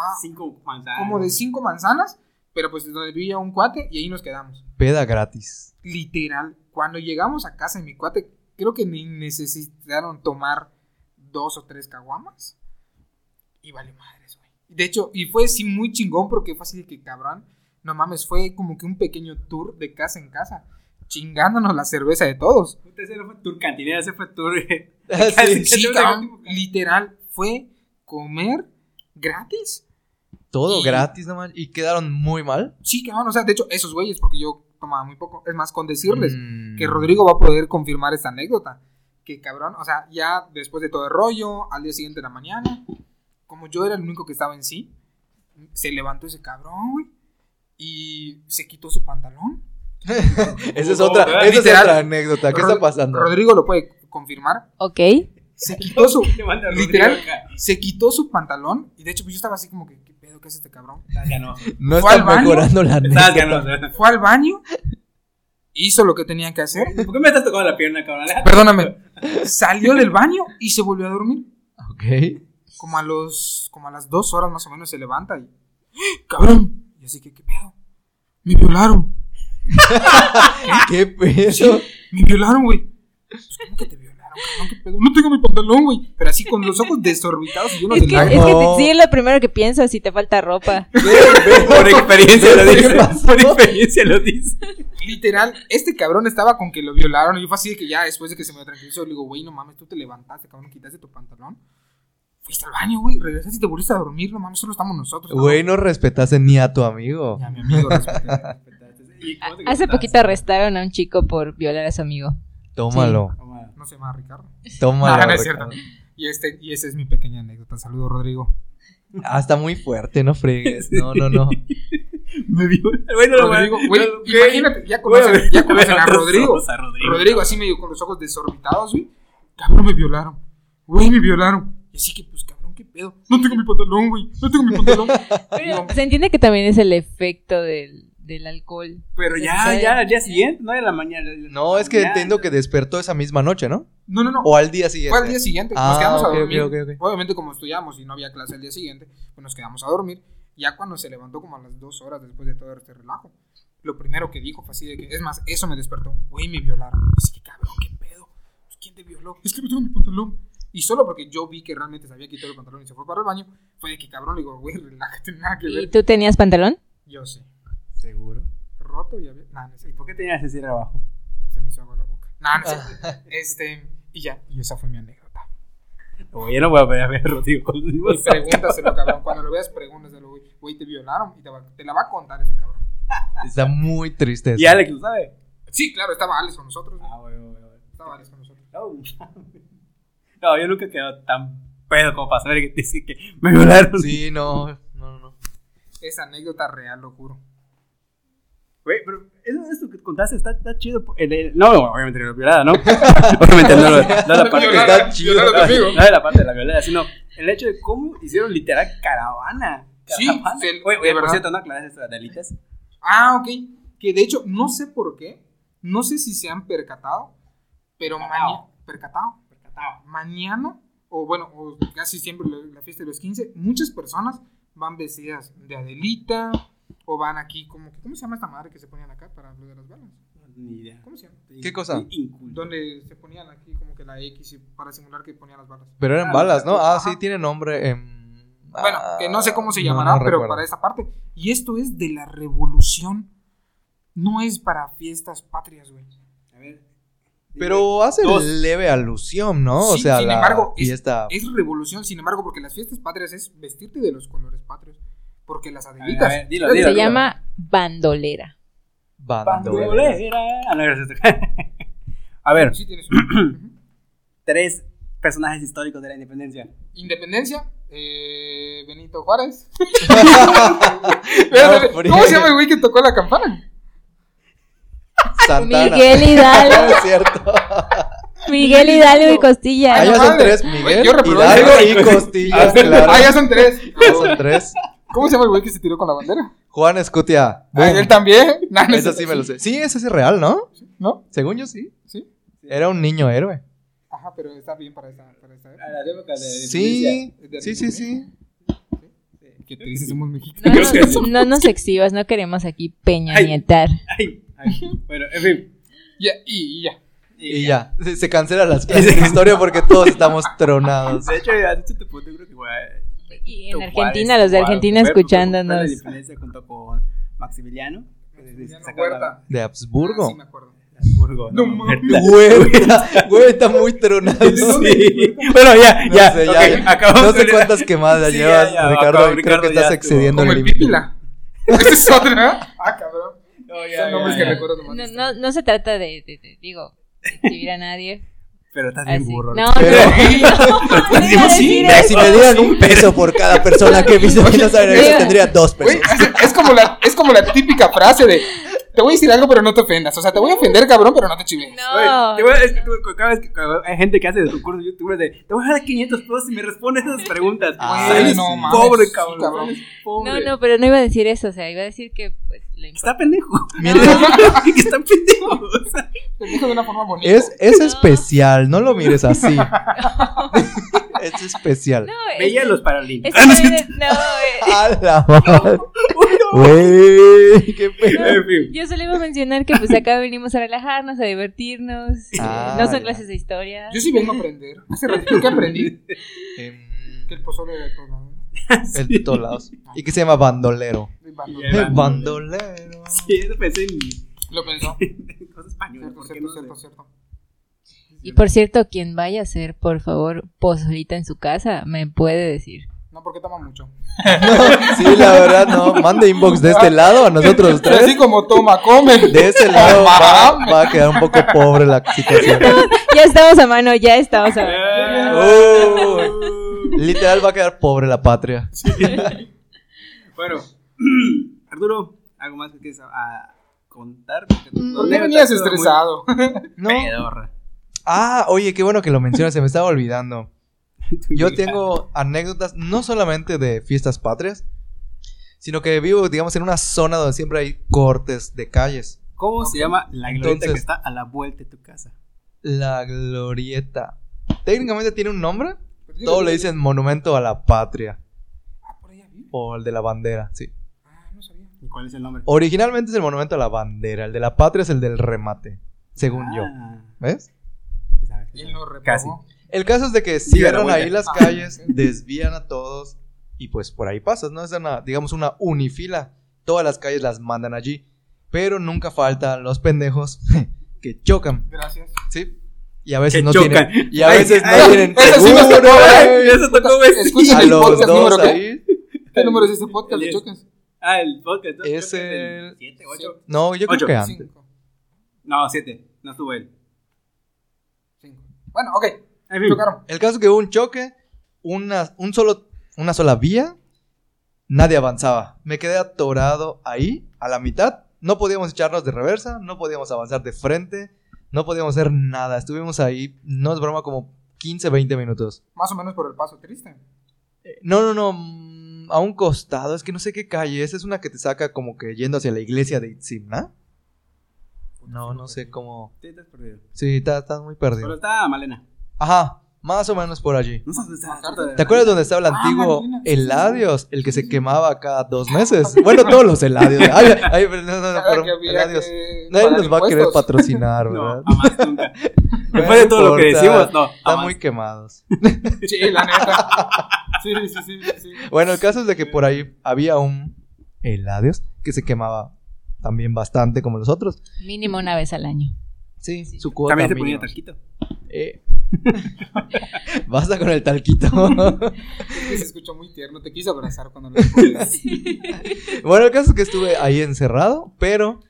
Speaker 3: Ah,
Speaker 1: Cinco manzanas.
Speaker 3: como de cinco manzanas. Pero pues donde vivía un cuate y ahí nos quedamos.
Speaker 2: Peda gratis.
Speaker 3: literal, cuando llegamos a casa de mi cuate, creo que ni necesitaron tomar dos o tres caguamas. Y vale madres, güey. De hecho, y fue así muy chingón porque fue así de que cabrón. No mames, fue como que un pequeño tour de casa en casa. Chingándonos la cerveza de todos.
Speaker 1: Ese no fue tour cantinera, ese fue tour. eh.
Speaker 2: Sí,
Speaker 1: sí,
Speaker 3: Sí,
Speaker 1: sí,
Speaker 3: cabrón,
Speaker 1: sí.
Speaker 3: literal, fue comer gratis.
Speaker 2: Todo
Speaker 3: Y-
Speaker 2: gratis, no manches. Y quedaron muy mal.
Speaker 3: Sí, cabrón, o sea, de hecho, esos güeyes, porque yo tomaba muy poco. Es más, con decirles
Speaker 2: Mm.
Speaker 3: que Rodrigo va a poder confirmar esta anécdota. Que cabrón, o sea, ya después de todo el rollo, al día siguiente de la mañana, como yo era el único que estaba en sí, se levantó ese cabrón, güey, y se quitó su pantalón.
Speaker 2: Esa es otra, esa es
Speaker 3: Oh, Literal.
Speaker 2: otra anécdota. ¿Qué está
Speaker 3: Rod-
Speaker 2: pasando?
Speaker 3: Rodrigo lo puede confirmar.
Speaker 4: Ok.
Speaker 3: Se quitó su,
Speaker 1: Te manda Rodrigo
Speaker 3: literal,
Speaker 1: acá.
Speaker 3: se quitó su pantalón, y de hecho, pues yo estaba así como que, ¿qué pedo que hace este cabrón?
Speaker 1: Estás ganoso.
Speaker 2: No
Speaker 3: ¿Fue al
Speaker 2: están
Speaker 3: baño?
Speaker 2: mejorando la
Speaker 1: Estás
Speaker 2: anécdota.
Speaker 1: ganoso.
Speaker 3: fue al baño, hizo lo que tenía que hacer.
Speaker 1: ¿Por qué me estás tocando la pierna, cabrón?
Speaker 3: Perdóname. Salió del baño y se volvió a dormir.
Speaker 2: Ok.
Speaker 3: Como a los. como a las dos horas más o menos se levanta y. ¡Ah, ¡Cabrón! Y así que, ¿qué pedo? Me violaron.
Speaker 2: ¿Qué pedo?
Speaker 3: Me violaron, güey. Pues, ¿Cómo que te violaron, cabrón? ¿Qué pedo? No tengo mi pantalón, güey. Pero así con los ojos desorbitados y llenos
Speaker 4: Es
Speaker 3: de
Speaker 4: que,
Speaker 2: la-
Speaker 4: es
Speaker 3: lágrimas.
Speaker 4: que
Speaker 2: No.
Speaker 4: sí es lo primero que piensas si te falta ropa.
Speaker 1: Por experiencia lo
Speaker 2: ¿Qué
Speaker 1: dice.
Speaker 2: pasó?
Speaker 1: Por experiencia lo dice.
Speaker 3: Literal, este cabrón estaba con que lo violaron. Y yo fue así de que ya después de que se me tranquilizó, le digo, güey, no mames, tú te levantaste, cabrón, quitaste tu pantalón. Fuiste al baño, güey, regresaste y te volviste a dormir, no mames, solo estamos nosotros. cabrón".
Speaker 2: Pues, Güey, no respetaste ni a tu amigo.
Speaker 3: Ya, mi amigo, respeté.
Speaker 1: ¿Y cómo te
Speaker 4: Hace
Speaker 1: gusta?
Speaker 4: poquito arrestaron a un chico por violar a su amigo.
Speaker 2: Tómalo,
Speaker 1: Toma.
Speaker 3: No se llama Ricardo.
Speaker 2: tómalo.
Speaker 3: No, no es
Speaker 2: Ricardo.
Speaker 3: Y, este, y esa es mi pequeña anécdota. Saludos, Rodrigo.
Speaker 2: Ah, está muy fuerte, no fregues. No, no, no.
Speaker 1: Me vio. Güey, no lo
Speaker 3: Rodrigo,
Speaker 1: voy a-
Speaker 3: güey,
Speaker 1: no lo-
Speaker 3: imagínate, ya
Speaker 1: Voy a
Speaker 3: conocen,
Speaker 1: ver- voy
Speaker 3: ya
Speaker 1: a
Speaker 3: conocen a
Speaker 1: ver
Speaker 3: Rodrigo.
Speaker 1: todos a Rodrigo.
Speaker 3: Rodrigo, así medio con los ojos desorbitados, güey. Cabrón, me violaron. Güey, me violaron. Y así que, pues, cabrón, qué pedo. No tengo mi pantalón, güey. No tengo mi pantalón. Digo,
Speaker 4: Se entiende que también es el efecto del, del alcohol.
Speaker 1: Pero ya, ya, ya siguiente, no de la mañana.
Speaker 2: No, es que entiendo que despertó esa misma noche, ¿no?
Speaker 3: no, no, no.
Speaker 2: O al día siguiente.
Speaker 3: Fue al día siguiente. pues,
Speaker 2: Ah,
Speaker 3: nos quedamos
Speaker 2: ok,
Speaker 3: a dormir.
Speaker 2: ok, ok, ok.
Speaker 3: Obviamente, como estudiamos y no había clase el día siguiente, pues nos quedamos a dormir. Ya cuando se levantó, como a las dos horas después de todo este relajo, lo primero que dijo fue así de que, es más, eso me despertó. Güey, me violaron. Es que cabrón, qué pedo. Pues, ¿Quién te violó? Es que no tengo mi pantalón. Y solo porque yo vi que realmente se había quitado el pantalón y se fue para el baño, fue de que cabrón, le digo, güey, relájate, nada que
Speaker 4: ¿Y
Speaker 3: ver.
Speaker 4: tú tenías pantalón?
Speaker 3: Yo sí.
Speaker 1: Seguro.
Speaker 3: Roto y había. Nah, no es
Speaker 1: ¿Y
Speaker 3: cierto.
Speaker 1: por qué tenías ese cierre abajo?
Speaker 3: Se me hizo agua la boca. Nah, no es cierto. Este. Y ya. Y esa fue mi anécdota.
Speaker 1: Oye, yo no voy a ver a ver a Rodrigo.
Speaker 3: Y pregúntaselo, cabrón. Cuando lo veas, pregúntaselo, güey. Güey, te violaron y te, va- te la va a contar este cabrón.
Speaker 2: Está muy triste. eso.
Speaker 1: Y Alex lo sabe.
Speaker 3: Sí, claro, estaba Alex con nosotros. güey.
Speaker 1: Ah, güey, güey, güey.
Speaker 3: Estaba Alex con nosotros.
Speaker 1: No, no, yo nunca he quedado tan pedo como para saber que decir que me violaron.
Speaker 2: Sí, no. No, no, no.
Speaker 3: Es anécdota real, lo juro.
Speaker 1: Güey, pero eso, eso que contaste está, está chido. por- el- el- no, no, obviamente no lo violada, ¿no? obviamente no, lo- no la parte que
Speaker 2: Está
Speaker 1: está
Speaker 2: chido.
Speaker 1: No de la parte de la violada, sino el hecho de cómo hicieron literal caravana.
Speaker 3: Sí,
Speaker 1: Caravana.
Speaker 3: sí,
Speaker 1: Oye, oye,
Speaker 3: de
Speaker 1: por
Speaker 3: verdad.
Speaker 1: cierto, ¿no aclaraste esto de Dalitas?
Speaker 3: Ah, ok. Que de hecho, no sé por qué. No sé si se han percatado. Pero mañana.
Speaker 1: Percatado.
Speaker 3: Percatado. Percatado. Mañana, o bueno, o casi siempre la la fiesta de los 15, muchas personas van vestidas de Adelita. O van aquí como que. ¿Cómo se llama esta madre que se ponían acá para lo de las balas?
Speaker 1: Ni idea.
Speaker 3: ¿Cómo se llama?
Speaker 2: ¿Qué cosa?
Speaker 1: Inculto.
Speaker 3: Donde se ponían aquí como que la X y- para simular que ponían las balas.
Speaker 2: Pero eran
Speaker 1: Ah,
Speaker 2: balas, ¿no? Ah, sí,
Speaker 3: ajá.
Speaker 2: tiene nombre. em,
Speaker 3: Bueno,
Speaker 2: ah,
Speaker 3: que no sé cómo se
Speaker 2: no,
Speaker 3: llamará,
Speaker 2: no
Speaker 3: pero
Speaker 2: recuerdo.
Speaker 3: para esta parte. Y esto es de la revolución. No es para fiestas patrias, güey.
Speaker 1: A ver. dime.
Speaker 2: Pero hace
Speaker 1: Dos.
Speaker 2: leve alusión, ¿no? o
Speaker 3: Sí,
Speaker 2: sea,
Speaker 3: sin
Speaker 2: la
Speaker 3: embargo, es-
Speaker 2: fiesta.
Speaker 3: Es revolución, sin embargo, porque las fiestas patrias es vestirte de los colores patrios. Porque las
Speaker 1: A ver, a
Speaker 3: adelitas.
Speaker 1: ver, dilo,
Speaker 3: Se
Speaker 1: dilo.
Speaker 4: Se
Speaker 1: dilo.
Speaker 4: llama bandolera.
Speaker 2: bandolera.
Speaker 1: Bandolera. Ah, no, gracias. A ver,
Speaker 3: Sí, tienes un-
Speaker 1: tres personajes históricos de la independencia.
Speaker 3: Independencia, eh, Benito Juárez.
Speaker 2: No,
Speaker 3: ¿Cómo
Speaker 2: frío.
Speaker 3: se llama el güey que tocó la campana?
Speaker 2: Santana.
Speaker 4: Miguel
Speaker 2: No,
Speaker 4: Hidalgo.
Speaker 2: es cierto.
Speaker 4: Miguel Hidalgo y Costilla.
Speaker 2: Ah, ya
Speaker 3: no
Speaker 2: son
Speaker 3: mames.
Speaker 2: tres,
Speaker 3: Güey,
Speaker 2: Miguel,
Speaker 3: yo reprobé.
Speaker 2: Hidalgo y Costillas, claro.
Speaker 3: Ah, ya son tres.
Speaker 2: Ya son tres.
Speaker 3: ¿Cómo se llama el güey que se tiró con la bandera?
Speaker 2: Juan Escutia.
Speaker 3: Ah, él también. Nah, no es
Speaker 2: Eso sí me lo sé. Sí, eso sí es real, ¿no?
Speaker 3: ¿No?
Speaker 2: Según yo sí.
Speaker 3: Sí.
Speaker 2: Era un niño héroe.
Speaker 3: Ajá, pero está bien para esta, para esta época.
Speaker 1: A la época de la independencia.
Speaker 2: Sí, sí, sí, sí.
Speaker 3: Qué triste, somos mexicanos.
Speaker 4: No,
Speaker 1: Creo que
Speaker 4: nos- no nos exhibas, no queremos aquí peña
Speaker 1: Ay.
Speaker 4: nietar.
Speaker 1: Ay, ay. Bueno, en fin.
Speaker 3: Ya, y, y ya.
Speaker 2: Y ya, se, se cancela las clases de historia porque todos estamos tronados.
Speaker 1: De hecho, ya, de hecho, te puedo- yo creo que igual.
Speaker 4: Y en
Speaker 1: Juárez,
Speaker 4: Argentina, los de
Speaker 1: Juárez,
Speaker 4: Argentina
Speaker 1: Humberto, Humberto de
Speaker 4: escuchándonos.
Speaker 1: la Independencia junto con Maximiliano.
Speaker 3: Maximiliano
Speaker 1: Sacaron la-
Speaker 3: Huerta.
Speaker 2: De Habsburgo.
Speaker 3: Ah, sí, me acuerdo.
Speaker 1: Habsburgo,
Speaker 3: No
Speaker 1: ¿no?
Speaker 3: mames.
Speaker 2: Güey, está- güey, está muy tronado.
Speaker 1: Sí. Bueno, ya,
Speaker 2: No
Speaker 1: ya,
Speaker 2: sé, ya,
Speaker 1: ok,
Speaker 2: ya.
Speaker 1: acabamos
Speaker 2: No sé
Speaker 1: de-
Speaker 2: cuántas quemadas
Speaker 1: Sí, ya,
Speaker 2: llevas,
Speaker 1: ya,
Speaker 2: Ricardo.
Speaker 1: acabo,
Speaker 2: y creo
Speaker 1: Ricardo,
Speaker 2: que
Speaker 1: ya
Speaker 2: estás
Speaker 1: estuvo.
Speaker 2: excediendo
Speaker 3: Como el
Speaker 2: límite.
Speaker 3: pípila. Ese es otro, ¿eh? Ah, cabrón.
Speaker 1: No, ya,
Speaker 3: Son
Speaker 1: ya,
Speaker 3: nombres que
Speaker 1: ya.
Speaker 3: recuerdo
Speaker 4: No,
Speaker 3: nomás.
Speaker 4: no, no se trata de, de- de- digo, escribir a nadie.
Speaker 1: Pero estás bien
Speaker 4: Así.
Speaker 1: burro.
Speaker 4: No,
Speaker 2: Pero-
Speaker 4: no,
Speaker 1: Pero
Speaker 4: iba a
Speaker 1: decimos sí,
Speaker 4: decir
Speaker 2: Mira,
Speaker 1: ¿eh?
Speaker 2: si me dieran un peso por cada persona que he visto en los aeropuertos, tendría dos pesos.
Speaker 3: Güey, es, es como la, es como la típica frase de te voy a decir algo pero no te ofendas. O sea, te voy a ofender, cabrón, pero no te chives.
Speaker 1: Oye,
Speaker 4: no.
Speaker 1: te voy a- es que tú- cada vez que cuando hay gente que hace de su curso de YouTube de te voy a dar 500 pesos si me respondes esas preguntas.
Speaker 2: Ah,
Speaker 1: Güey,
Speaker 2: sí.
Speaker 1: eres
Speaker 3: no mames,
Speaker 1: pobre,
Speaker 3: sí,
Speaker 1: cabrón.
Speaker 3: cabrón.
Speaker 1: eres pobre.
Speaker 4: No, no, pero no iba a decir eso, o sea, iba a decir que pues le importa.
Speaker 1: Está pendejo.
Speaker 2: Mira,
Speaker 1: Está pendejo. o sea.
Speaker 3: Te dijo de una forma bonita.
Speaker 2: es, es
Speaker 4: No.
Speaker 2: especial, no lo mires así. es especial.
Speaker 4: No,
Speaker 1: Veía
Speaker 4: es-
Speaker 1: los paralímpicos.
Speaker 4: es
Speaker 2: Ah,
Speaker 4: que no, es- no, eh,
Speaker 2: A la madre. Güey, qué pedo.
Speaker 1: En fin.
Speaker 4: eh, yo solo iba a mencionar que pues acá venimos a relajarnos, a divertirnos.
Speaker 2: Ah,
Speaker 4: no son
Speaker 2: ya.
Speaker 4: clases de historia.
Speaker 3: Yo sí vengo a aprender. Hace ratito que aprendí que el
Speaker 2: Em,
Speaker 3: pozole era todo. ¿no?
Speaker 2: El de todos lados. Y que se llama bandolero.
Speaker 3: De bando.
Speaker 1: Yeah. Bandolero.
Speaker 2: Bandolero.
Speaker 1: Sí, yo pensé en
Speaker 3: Lo pensó.
Speaker 1: en cosas españolas.
Speaker 3: Cierto,
Speaker 1: ¿por qué
Speaker 3: cierto,
Speaker 1: no
Speaker 3: cierto,
Speaker 1: sé?
Speaker 3: cierto.
Speaker 4: Y por cierto, quien vaya a hacer, por favor, pozolita en su casa, me puede decir.
Speaker 3: No, porque toma mucho.
Speaker 2: No, sí, la verdad, no. Mande inbox de este lado a nosotros
Speaker 3: Pero así
Speaker 2: tres.
Speaker 3: como toma, come.
Speaker 2: De ese lado va, va a quedar un poco pobre la situación.
Speaker 4: Ya estamos a mano, ya estamos a mano.
Speaker 2: Uh, literal va a quedar pobre la patria.
Speaker 1: Bueno, Arturo, ¿algo más que quieres a- a
Speaker 4: Mm,
Speaker 1: contar?
Speaker 3: ¿Por qué venías estresado?
Speaker 2: No. Ah, oye, qué bueno que lo mencionas, se me estaba olvidando. Yo tengo anécdotas no solamente de fiestas patrias, sino que vivo, digamos, en una zona donde siempre hay cortes de calles.
Speaker 1: ¿Cómo se llama la glorieta
Speaker 2: Entonces-
Speaker 1: que está a la vuelta de tu casa?
Speaker 2: La glorieta. Técnicamente tiene un nombre. Todos le dicen monumento a la patria.
Speaker 3: Por ahí había.
Speaker 2: O el de la bandera, sí.
Speaker 3: Ah, no sabía.
Speaker 1: ¿Y ¿Cuál es el nombre?
Speaker 2: Originalmente es el monumento a la bandera. El de la patria es el del remate. Según yo.
Speaker 1: Ah,
Speaker 2: ¿Ves?
Speaker 1: sí sabes, sí
Speaker 3: Y él no reprobó.
Speaker 1: Casi.
Speaker 2: El caso es de que
Speaker 1: Diga la
Speaker 2: cierran
Speaker 1: vuelta.
Speaker 2: ahí las
Speaker 3: Ah.
Speaker 2: calles, desvían a todos y pues por ahí pasas, ¿no? Es una, digamos, una unifila. Todas las calles las mandan allí. Pero nunca faltan los pendejos que chocan,
Speaker 3: Gracias.
Speaker 2: ¿sí? Y a veces
Speaker 1: Que
Speaker 2: no
Speaker 1: chocan.
Speaker 2: tienen. Y a
Speaker 1: Ay,
Speaker 2: veces
Speaker 1: ay,
Speaker 2: no tienen.
Speaker 3: eso sí me
Speaker 2: seguro,
Speaker 3: tocó,
Speaker 2: güey.
Speaker 1: sabes. Eso tocó ves.
Speaker 3: Escucha
Speaker 2: A
Speaker 3: el
Speaker 2: los
Speaker 3: podcast número
Speaker 2: dos
Speaker 3: qué.
Speaker 2: ahí.
Speaker 3: ¿Qué número es este podcast de
Speaker 1: Diez.
Speaker 3: choques?
Speaker 1: Ah, el podcast. ¿no? Creo
Speaker 2: Es
Speaker 1: que
Speaker 2: el-
Speaker 1: 7, 8.
Speaker 2: No, yo creo
Speaker 1: Ocho.
Speaker 2: que antes.
Speaker 3: Cinco.
Speaker 1: No, 7. No estuvo él.
Speaker 3: Cinco. Bueno, ok.
Speaker 1: En fin.
Speaker 3: Chocaron.
Speaker 2: El caso es que hubo un choque, una, un solo, una sola vía, nadie avanzaba. Me quedé atorado ahí, a la mitad. No podíamos echarnos de reversa, no podíamos avanzar de frente, no podíamos hacer nada. Estuvimos ahí, no es broma, como 15, 20 minutos.
Speaker 3: Más o menos por el paso triste.
Speaker 2: Eh, No, no, no, mm, a un costado, es que no sé qué calle es, es una que te saca como que yendo hacia la iglesia de Itzimna. No, no sé cómo.
Speaker 1: Sí, estás perdido.
Speaker 2: Sí, estás está muy
Speaker 1: Pero
Speaker 2: perdido.
Speaker 1: está Malena.
Speaker 2: Ajá, más o menos por allí.
Speaker 1: No sabes está- está-
Speaker 2: ¿Te acuerdas dónde estaba el
Speaker 3: Ah,
Speaker 2: antiguo
Speaker 3: Magdalena, sí, sí, sí.
Speaker 2: Eladios? El que se quemaba cada dos meses. Bueno, todos los Eladios. Ay, ay, pero no, no, no,
Speaker 3: Cada
Speaker 2: por-
Speaker 3: Ah, que había
Speaker 2: Eladios.
Speaker 3: que
Speaker 2: Nadie
Speaker 3: pagar
Speaker 2: nos va a querer
Speaker 3: impuestos.
Speaker 2: patrocinar, ¿verdad?
Speaker 1: No, jamás, nunca.
Speaker 2: Bueno,
Speaker 1: Después de todo lo que
Speaker 2: importa.
Speaker 1: decimos, no.
Speaker 2: Están
Speaker 1: jamás.
Speaker 2: muy quemados.
Speaker 3: Sí, la neta. Sí, sí, sí, sí, sí.
Speaker 2: Bueno, el caso es de que por ahí había un Eladios que se quemaba también bastante como los otros.
Speaker 4: Mínimo una vez al año.
Speaker 2: Sí, su cuota
Speaker 1: También se ponía
Speaker 2: mínima.
Speaker 1: tarquito.
Speaker 2: Eh. Basta con el talquito.
Speaker 3: Es que Se escuchó muy tierno. Te quise abrazar cuando lo escuchas.
Speaker 2: Bueno, el caso es que estuve ahí encerrado, pero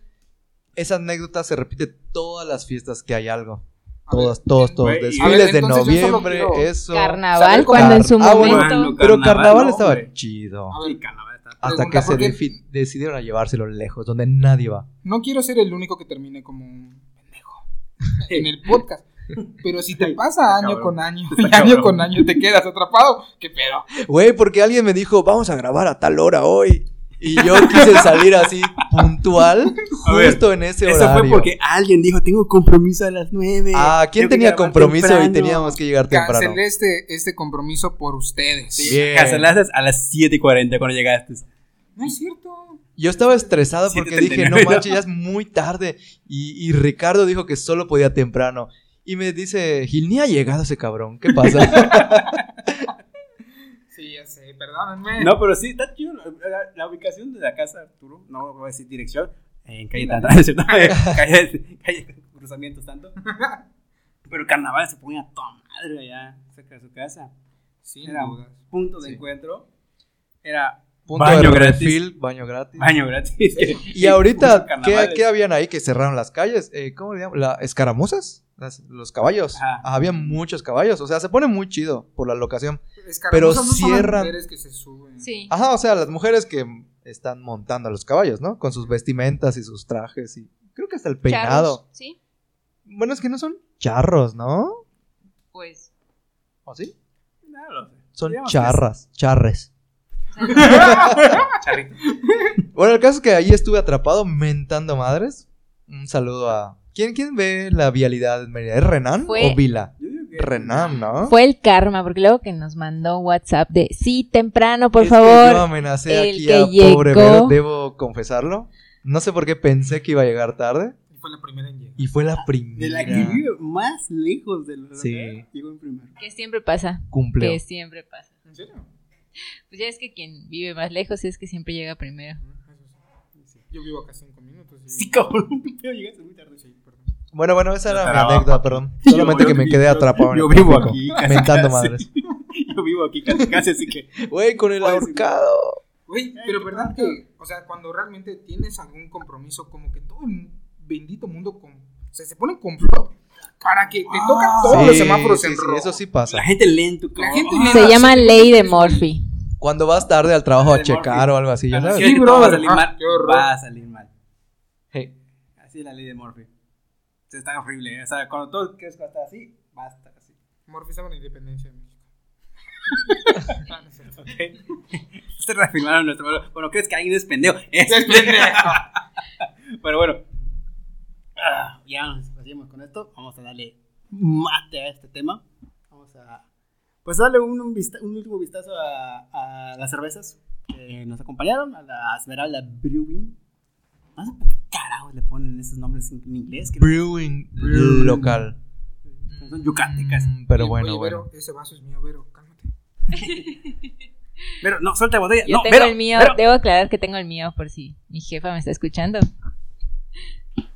Speaker 2: esa anécdota se repite todas las fiestas que hay algo. Todas, todas, todas.
Speaker 1: güey, y-
Speaker 2: Desfiles
Speaker 3: A ver,
Speaker 2: de
Speaker 3: entonces yo solo
Speaker 2: noviembre,
Speaker 3: quiero
Speaker 2: eso.
Speaker 4: Carnaval,
Speaker 3: Saber
Speaker 4: cuando en su
Speaker 2: Ah, bueno,
Speaker 4: momento.
Speaker 1: bueno,
Speaker 2: Pero carnaval
Speaker 1: no,
Speaker 2: estaba
Speaker 1: hombre.
Speaker 2: chido.
Speaker 3: A ver,
Speaker 1: Sí, carnaval está.
Speaker 2: Hasta
Speaker 3: pregunta,
Speaker 2: que se
Speaker 3: ¿por qué?
Speaker 2: defi- decidieron a llevárselo lejos, donde nadie va.
Speaker 3: No quiero ser el único que termine como un pendejo en el podcast. Pero si te pasa
Speaker 1: Está
Speaker 3: año
Speaker 1: cabrón.
Speaker 3: con año y
Speaker 1: Está
Speaker 3: año
Speaker 1: cabrón.
Speaker 3: con año te quedas atrapado, qué pedo.
Speaker 2: Güey, porque alguien me dijo, vamos a grabar a tal hora hoy. Y yo quise salir así puntual,
Speaker 1: A ver,
Speaker 2: justo en ese
Speaker 1: Eso
Speaker 2: horario.
Speaker 1: fue porque alguien dijo, tengo compromiso a las 9.
Speaker 2: Ah, ¿quién tenía compromiso y teníamos que llegar temprano?
Speaker 3: Cancelé este, este compromiso por ustedes.
Speaker 1: Eh,
Speaker 2: Bien.
Speaker 1: Cancelaste a las 7.40 cuando llegaste.
Speaker 3: No es cierto.
Speaker 2: Yo estaba estresado porque dije, no
Speaker 1: 7:39,
Speaker 2: manches, ya es muy tarde. Y, y Ricardo dijo que solo podía temprano. Y me dice, Gil, ni ha llegado ese cabrón, ¿qué pasa?
Speaker 3: Sí, ya sé, perdónenme.
Speaker 1: No, pero sí, está chido. La, la- la ubicación de la casa, Arturo, no voy a decir dirección, eh, en calle Tantana, es ¿cierto? Eh, calle, calle Cruzamientos Tanto. Pero carnaval se ponía a toda madre allá, cerca de su casa.
Speaker 3: Sin
Speaker 1: Era
Speaker 3: dudas.
Speaker 1: punto de
Speaker 2: Sí.
Speaker 1: encuentro. Era
Speaker 2: Punto
Speaker 1: Baño
Speaker 2: de
Speaker 1: gratis.
Speaker 2: refil, baño gratis.
Speaker 1: baño gratis.
Speaker 2: Y ahorita,
Speaker 1: Muchos
Speaker 2: ¿qué,
Speaker 1: carnavales.
Speaker 2: qué habían ahí que cerraron las calles? Eh, ¿Cómo le llaman? ¿La- ¿Escaramuzas? Las- los caballos.
Speaker 1: Ajá.
Speaker 2: Había muchos caballos. O sea, se pone muy chido por la locación.
Speaker 3: Escaramuzas
Speaker 2: Pero
Speaker 3: no son las
Speaker 2: cierran-
Speaker 3: mujeres que se suben.
Speaker 4: Sí.
Speaker 2: Ajá, o sea, las mujeres que están montando a los caballos, ¿no? Con sus vestimentas y sus trajes y creo que hasta el peinado.
Speaker 4: Charros, Sí,
Speaker 2: Bueno, es que no son charros, ¿no?
Speaker 4: pues.
Speaker 2: ¿O sí?
Speaker 1: No lo sé.
Speaker 2: Son
Speaker 1: Digamos que es
Speaker 2: charras, charres.
Speaker 4: o sea,
Speaker 1: charrito.
Speaker 2: Bueno, el caso es que ahí estuve atrapado mentando madres. Un saludo a... ¿Quién, quién ve la vialidad en Mérida? ¿Es Renan
Speaker 4: Fue-
Speaker 2: o Vila?
Speaker 1: Yo digo que-
Speaker 2: Renan, ¿no?
Speaker 4: fue el karma, porque luego que nos mandó WhatsApp de sí, temprano, por
Speaker 2: Es que yo
Speaker 4: favor.
Speaker 2: amenacé
Speaker 4: el
Speaker 2: aquí
Speaker 4: que
Speaker 2: a pobre
Speaker 4: llegó.
Speaker 2: Vero, debo confesarlo. No sé por qué pensé que iba a llegar tarde.
Speaker 3: Y fue la primera en llegar.
Speaker 2: Y fue la
Speaker 1: De
Speaker 2: primera.
Speaker 1: la que vive más lejos de los
Speaker 2: Sí.
Speaker 1: Llegó en primero.
Speaker 4: Que siempre pasa.
Speaker 2: Cumpleo.
Speaker 4: Que siempre pasa.
Speaker 3: ¿En serio?
Speaker 4: Pues ya es que quien vive más lejos es que siempre llega primero.
Speaker 3: Mm, eso sí. Yo vivo acá cinco minutos. y-
Speaker 1: Sí, cabrón. Pero llegaste muy tarde.
Speaker 3: Sí, perdón.
Speaker 2: Bueno, bueno, esa era mi
Speaker 1: Trabajo.
Speaker 2: anécdota, perdón. Solamente
Speaker 1: Yo-
Speaker 2: que
Speaker 1: yo
Speaker 2: me
Speaker 1: vi-
Speaker 2: quedé atrapado. en
Speaker 1: Yo
Speaker 2: el
Speaker 1: vivo
Speaker 2: tráfico,
Speaker 1: aquí. casi,
Speaker 2: Mentando
Speaker 1: casi.
Speaker 2: madres.
Speaker 1: Yo vivo aquí casi, casi, así que.
Speaker 2: Güey, con el
Speaker 1: Ay, sí.
Speaker 2: ahorcado.
Speaker 3: Güey,
Speaker 1: Ay,
Speaker 3: pero
Speaker 1: qué
Speaker 3: verdad
Speaker 1: paja.
Speaker 3: que, o sea, cuando realmente tienes algún compromiso, como que todo el bendito mundo con, o sea, se pone en complot para que te tocan
Speaker 1: Ah,
Speaker 3: todos los
Speaker 2: Sí,
Speaker 3: semáforos
Speaker 2: sí,
Speaker 3: en
Speaker 2: sí,
Speaker 3: rojo.
Speaker 2: Eso sí pasa.
Speaker 1: La gente lento,
Speaker 3: La
Speaker 1: cabrón.
Speaker 3: gente
Speaker 1: Ah,
Speaker 3: neta,
Speaker 4: Se llama
Speaker 3: sí.
Speaker 4: ley de Murphy.
Speaker 2: Cuando vas tarde al trabajo a
Speaker 1: Ay,
Speaker 2: checar
Speaker 1: Morphy.
Speaker 2: o algo así, ya
Speaker 1: Ah,
Speaker 2: sabes.
Speaker 1: sí,
Speaker 3: Sí,
Speaker 1: todo va a
Speaker 3: brother.
Speaker 1: salir
Speaker 3: Ah,
Speaker 1: mal.
Speaker 3: qué horror.
Speaker 1: Va a salir mal.
Speaker 2: Hey,
Speaker 1: Así es la ley de Morphy. O sea, Está horrible. ¿eh? O sea, cuando tú crees que va a estar así, va a estar así.
Speaker 3: Morphy estaba en la independencia de México. Ah, no es cierto.
Speaker 1: Se reafirmaron nuestro valor. Bueno, crees que alguien es pendejo. Es
Speaker 3: Es pendejo.
Speaker 1: Pero bueno. Ah, ya nos pasemos con esto. Vamos a darle mate a este tema. Vamos a. Pues darle un, un vista- un último vistazo a, a las cervezas que nos acompañaron. A la Esmeralda Brewing. No sé por qué carajos le ponen esos nombres en, en inglés. Que
Speaker 2: Brewing
Speaker 1: Brewing.
Speaker 2: local.
Speaker 1: no- son yucatecas.
Speaker 2: Mm, Pero
Speaker 3: Oye,
Speaker 2: bueno,
Speaker 3: oye, Vero,
Speaker 2: bueno.
Speaker 3: Ese vaso es mío, Vero, cálmate.
Speaker 1: Pero no, suelta botella.
Speaker 4: Yo
Speaker 1: no,
Speaker 4: tengo
Speaker 1: Vero,
Speaker 4: el mío,
Speaker 1: Vero.
Speaker 4: debo aclarar que tengo el mío por si mi jefa me está escuchando.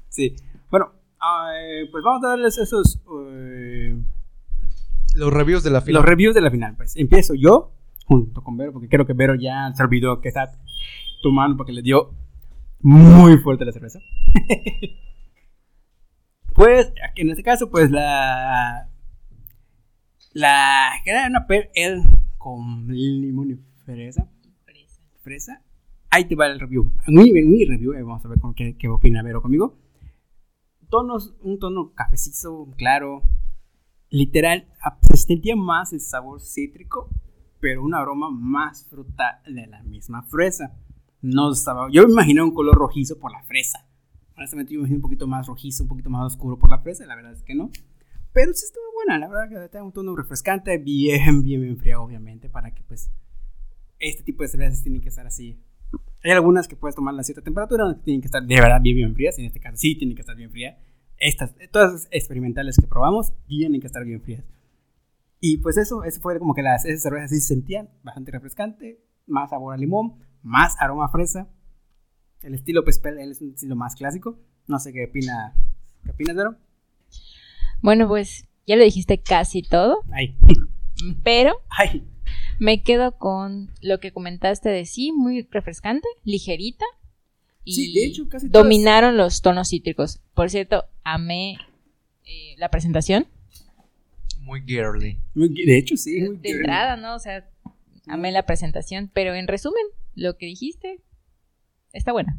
Speaker 1: Sí. Bueno, eh, pues vamos a darles esos. eh,
Speaker 2: Los reviews de la fila.
Speaker 1: los reviews de la final, pues. Empiezo yo junto con Vero, porque creo que Vero ya se olvidó que está tomando porque le dio muy fuerte la cerveza. pues, aquí en este caso, pues la. La. que Era una per el con limón y fresa. Fresa. Ahí te va el review. Mi, mi review, eh, vamos a ver con qué, qué opina Vero conmigo. Tonos, un tono cafecizo, claro, literal a- se sentía más el sabor cítrico, pero un aroma más frutal de la misma fresa. No estaba, yo me imaginé un color rojizo por la fresa. Honestamente, yo me imaginé un poquito más rojizo, un poquito más oscuro por la fresa, la verdad es que no. Pero sí estaba buena, la verdad que tenía un tono refrescante, bien, bien, bien fría, obviamente, para que pues este tipo de cervezas tienen que estar así. Hay algunas que puedes tomar a cierta temperatura, otras que tienen que estar de verdad bien, bien frías, en este caso sí tienen que estar bien frías estas, todas las experimentales que probamos tienen que estar bien frías. Y pues eso, eso fue como que las, esas cervezas sí se sentían bastante refrescante, más sabor a limón, más aroma a fresa. El estilo Pespel él es un estilo más clásico. No sé qué opina, ¿qué opinas, Vero?
Speaker 4: Bueno, pues ya lo dijiste casi todo,
Speaker 1: Ay, Mm.
Speaker 4: pero
Speaker 1: ay,
Speaker 4: me quedo con lo que comentaste de sí, muy refrescante, ligerita. Y
Speaker 1: Sí, de hecho, casi todas-
Speaker 4: dominaron los tonos cítricos. Por cierto, amé eh, la presentación
Speaker 2: Muy girly.
Speaker 1: muy- de hecho sí. muy
Speaker 4: de
Speaker 1: bien.
Speaker 4: entrada, ¿no? O sea, amé la presentación, pero en resumen, lo que dijiste está buena.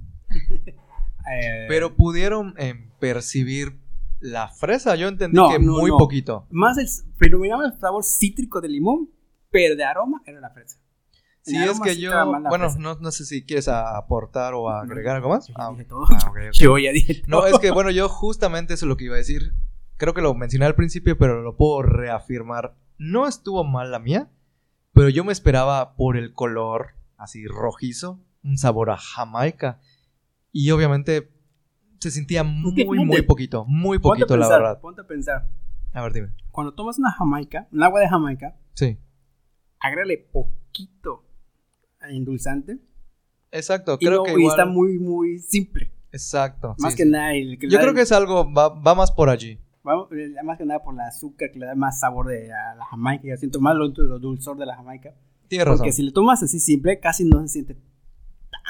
Speaker 1: Eh,
Speaker 2: Pero pudieron em, percibir la fresa. Yo entendí
Speaker 1: No,
Speaker 2: que
Speaker 1: no,
Speaker 2: muy
Speaker 1: no.
Speaker 2: poquito.
Speaker 1: más el, predominaba el sabor cítrico del limón, pero de aroma era la fresa. En
Speaker 2: Sí, es
Speaker 1: aroma
Speaker 2: que
Speaker 1: sí
Speaker 2: yo.
Speaker 1: estaba más la
Speaker 2: Bueno,
Speaker 1: fresa.
Speaker 2: no, no sé si quieres a- aportar o agregar algo más.
Speaker 1: Yo ya
Speaker 2: Ah,
Speaker 1: dije todo.
Speaker 2: ah, ok, ok.
Speaker 1: Yo ya dije todo.
Speaker 2: No, es que bueno, yo justamente eso es lo que iba a decir. Creo que lo mencioné al principio, pero lo puedo reafirmar. No estuvo mal la mía, pero yo me esperaba por el color así rojizo, un sabor a Jamaica. Y obviamente se sentía
Speaker 1: que
Speaker 2: muy,
Speaker 1: fíjate,
Speaker 2: muy poquito, muy
Speaker 1: Ponte a
Speaker 2: poquito, la
Speaker 1: pensar,
Speaker 2: verdad.
Speaker 1: Ponte a pensar.
Speaker 2: A ver, dime.
Speaker 1: Cuando tomas una jamaica, un agua de jamaica,
Speaker 2: Sí.
Speaker 1: agrégale poquito endulzante.
Speaker 2: Exacto,
Speaker 1: Y,
Speaker 2: creo
Speaker 1: no-
Speaker 2: que
Speaker 1: y
Speaker 2: igual-
Speaker 1: está muy, muy simple.
Speaker 2: Exacto.
Speaker 1: Más
Speaker 2: sí,
Speaker 1: que
Speaker 2: sí.
Speaker 1: nada, el
Speaker 2: Yo creo que es algo, va, va más por allí.
Speaker 1: Vamos, eh, más que nada por la azúcar que le da más sabor de a la jamaica. Yo siento más lo, lo dulzor de la jamaica.
Speaker 2: Tienes razón.
Speaker 1: Porque si lo tomas así simple, casi no se siente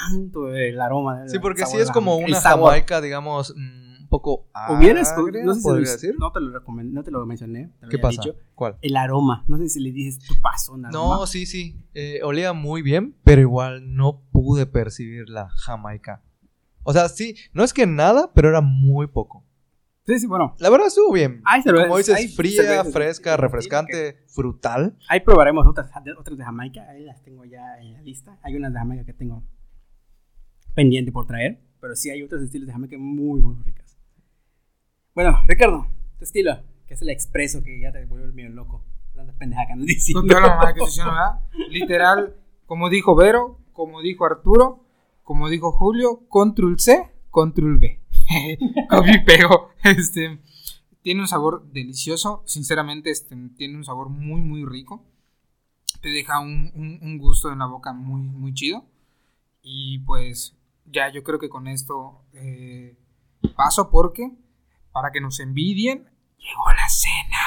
Speaker 1: tanto el aroma. del
Speaker 2: Sí, porque
Speaker 1: sabor
Speaker 2: sí
Speaker 1: de
Speaker 2: es
Speaker 1: la
Speaker 2: como
Speaker 1: jamaica. El
Speaker 2: una
Speaker 1: sabor.
Speaker 2: jamaica, digamos, mm, un poco
Speaker 1: Hubieras,
Speaker 2: agria,
Speaker 1: no sé si lo,
Speaker 2: podría decir.
Speaker 1: No te lo recomen- no te lo mencioné. te lo
Speaker 2: ¿Qué
Speaker 1: había
Speaker 2: pasa?
Speaker 1: dicho.
Speaker 2: ¿Cuál?
Speaker 1: El aroma. No sé si le dices tu paso.
Speaker 2: No, sí, sí. eh, olía muy bien, pero igual no pude percibir la jamaica. O sea, sí, no es que nada, pero era muy poco.
Speaker 1: Sí, sí, bueno.
Speaker 2: La verdad estuvo bien.
Speaker 1: Hay cervezas-
Speaker 2: Como dices,
Speaker 1: hay
Speaker 2: fría,
Speaker 1: cervezas-
Speaker 2: fresca,
Speaker 1: sí,
Speaker 2: refrescante, frutal.
Speaker 1: Ahí probaremos otras, otras de Jamaica. Ahí las tengo ya en la lista. Hay unas de Jamaica que tengo pendiente por traer. Pero sí hay otros estilos de Jamaica muy, muy ricas. Bueno, Ricardo, tu estilo, que es el expreso que ya te volvió el mío loco. Tantas pendejas que andas
Speaker 3: No
Speaker 1: diciendo.
Speaker 3: te hablo, mamá, que estoy diciendo, ¿verdad? Literal, como dijo Vero, como dijo Arturo, como dijo Julio, control C, control B. Copy y pego. Este, tiene un sabor delicioso, sinceramente, este, tiene un sabor muy, muy rico. Te deja un, un- un gusto en la boca muy, muy chido. Y pues, ya yo creo que con esto eh, paso porque, para que nos envidien, llegó la cena.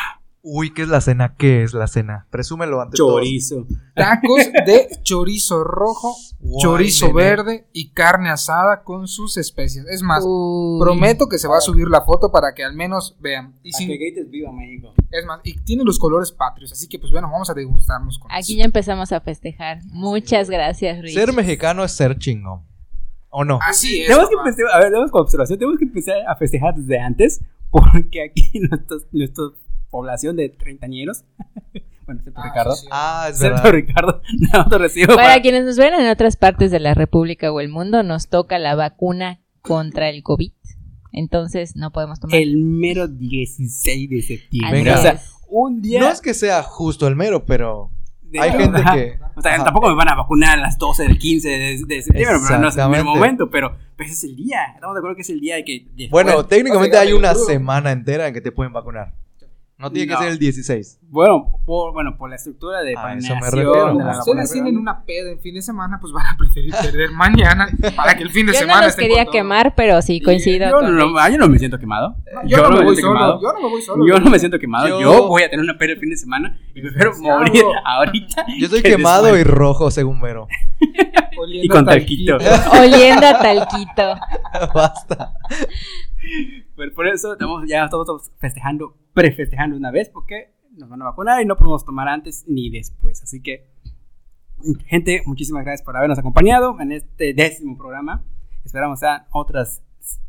Speaker 2: Uy, ¿qué es la cena? ¿Qué es la cena? Presúmelo antes.
Speaker 1: Chorizo.
Speaker 3: Tacos de chorizo rojo,
Speaker 2: Guay,
Speaker 3: chorizo
Speaker 2: nene.
Speaker 3: verde y carne asada con sus especias. Es más,
Speaker 4: Uy.
Speaker 3: prometo que se va a subir la foto para que al menos vean. Y
Speaker 1: Para
Speaker 3: sin-
Speaker 1: que grites viva México.
Speaker 3: es más, y tiene los colores patrios, así que pues bueno, vamos a degustarnos con
Speaker 4: Aquí
Speaker 3: eso.
Speaker 4: ya empezamos a festejar. Muchas gracias, Rich.
Speaker 2: Ser mexicano es ser chingón. ¿O no?
Speaker 3: Así es.
Speaker 1: Tenemos que
Speaker 3: papá.
Speaker 1: empezar, a ver, tenemos como observación, tenemos que empezar a festejar desde antes, porque aquí nuestra población de treintañeros, bueno, excepto
Speaker 3: Ah,
Speaker 1: Ricardo,
Speaker 3: sí, sí.
Speaker 2: Ah, es
Speaker 1: excepto
Speaker 2: verdad.
Speaker 1: Ricardo, nosotros recibo
Speaker 4: Para quienes nos ven en otras partes de la República o el mundo, nos toca la vacuna contra el COVID. Entonces no podemos tomar.
Speaker 1: el mero 16 de septiembre.
Speaker 2: Venga.
Speaker 1: O
Speaker 4: Así
Speaker 1: sea,
Speaker 4: es.
Speaker 1: un día.
Speaker 2: No es que sea justo el mero, pero
Speaker 1: de-
Speaker 2: hay gente
Speaker 1: ajá.
Speaker 2: que...
Speaker 1: O sea,
Speaker 2: ajá.
Speaker 1: tampoco me van a vacunar a las 12 del 15 de, de septiembre, pero no es el primer
Speaker 2: Exactamente.
Speaker 1: momento, pero pues, es el día. Estamos de acuerdo que es el día de que. después-
Speaker 2: Bueno, técnicamente
Speaker 3: o sea,
Speaker 2: hay una
Speaker 3: tú-
Speaker 2: semana entera en que te pueden vacunar. No tiene
Speaker 1: No.
Speaker 2: que ser el 16.
Speaker 1: bueno, por, bueno, por la estructura de
Speaker 2: A eso
Speaker 1: planeación.
Speaker 2: me refiero.
Speaker 1: de la
Speaker 3: Como ustedes
Speaker 1: vacunación.
Speaker 3: tienen una peda en fin de semana, pues van a preferir perder mañana para que el fin de
Speaker 4: Yo no
Speaker 3: semana
Speaker 4: los
Speaker 3: estén
Speaker 4: quería
Speaker 3: con todo.
Speaker 4: quemar, pero sí coincido.
Speaker 1: Yo
Speaker 4: con
Speaker 1: no,
Speaker 4: Rich.
Speaker 1: ah, yo no me siento quemado.
Speaker 3: No, Eh, Yo, no me voy solo, yo no me voy solo.
Speaker 1: Yo no me siento quemado. Yo,
Speaker 2: Yo-
Speaker 1: voy a tener una pera el fin de semana y prefiero morir ahorita.
Speaker 2: Yo soy
Speaker 1: que
Speaker 2: quemado
Speaker 1: después.
Speaker 2: y rojo, según Vero.
Speaker 3: Oliendo
Speaker 1: y con
Speaker 3: a
Speaker 1: talquito.
Speaker 4: Oliendo a talquito.
Speaker 2: Basta.
Speaker 1: Pero por eso estamos ya todos festejando, prefestejando una vez, porque nos van a vacunar y no podemos tomar antes ni después. Así que, gente, muchísimas gracias por habernos acompañado en este décimo programa. Esperamos a otras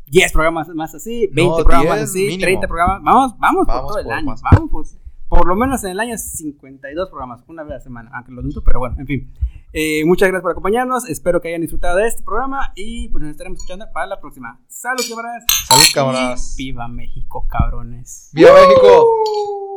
Speaker 1: 10 programas más así, 20
Speaker 2: No,
Speaker 1: programas
Speaker 2: 10
Speaker 1: así,
Speaker 2: mínimo.
Speaker 1: 30 programas. Vamos, vamos, por
Speaker 2: Vamos
Speaker 1: todo el
Speaker 2: por
Speaker 1: año.
Speaker 2: más.
Speaker 1: Vamos por, por lo menos en el año 52 programas, una vez a la semana, aunque lo dudo, pero bueno, en fin. Eh, muchas gracias por acompañarnos. Espero que hayan disfrutado de este programa y pues nos estaremos escuchando para la próxima. Salud, camaradas.
Speaker 2: Salud, camaradas.
Speaker 1: Viva México, cabrones.
Speaker 2: ¡Viva México!
Speaker 3: México.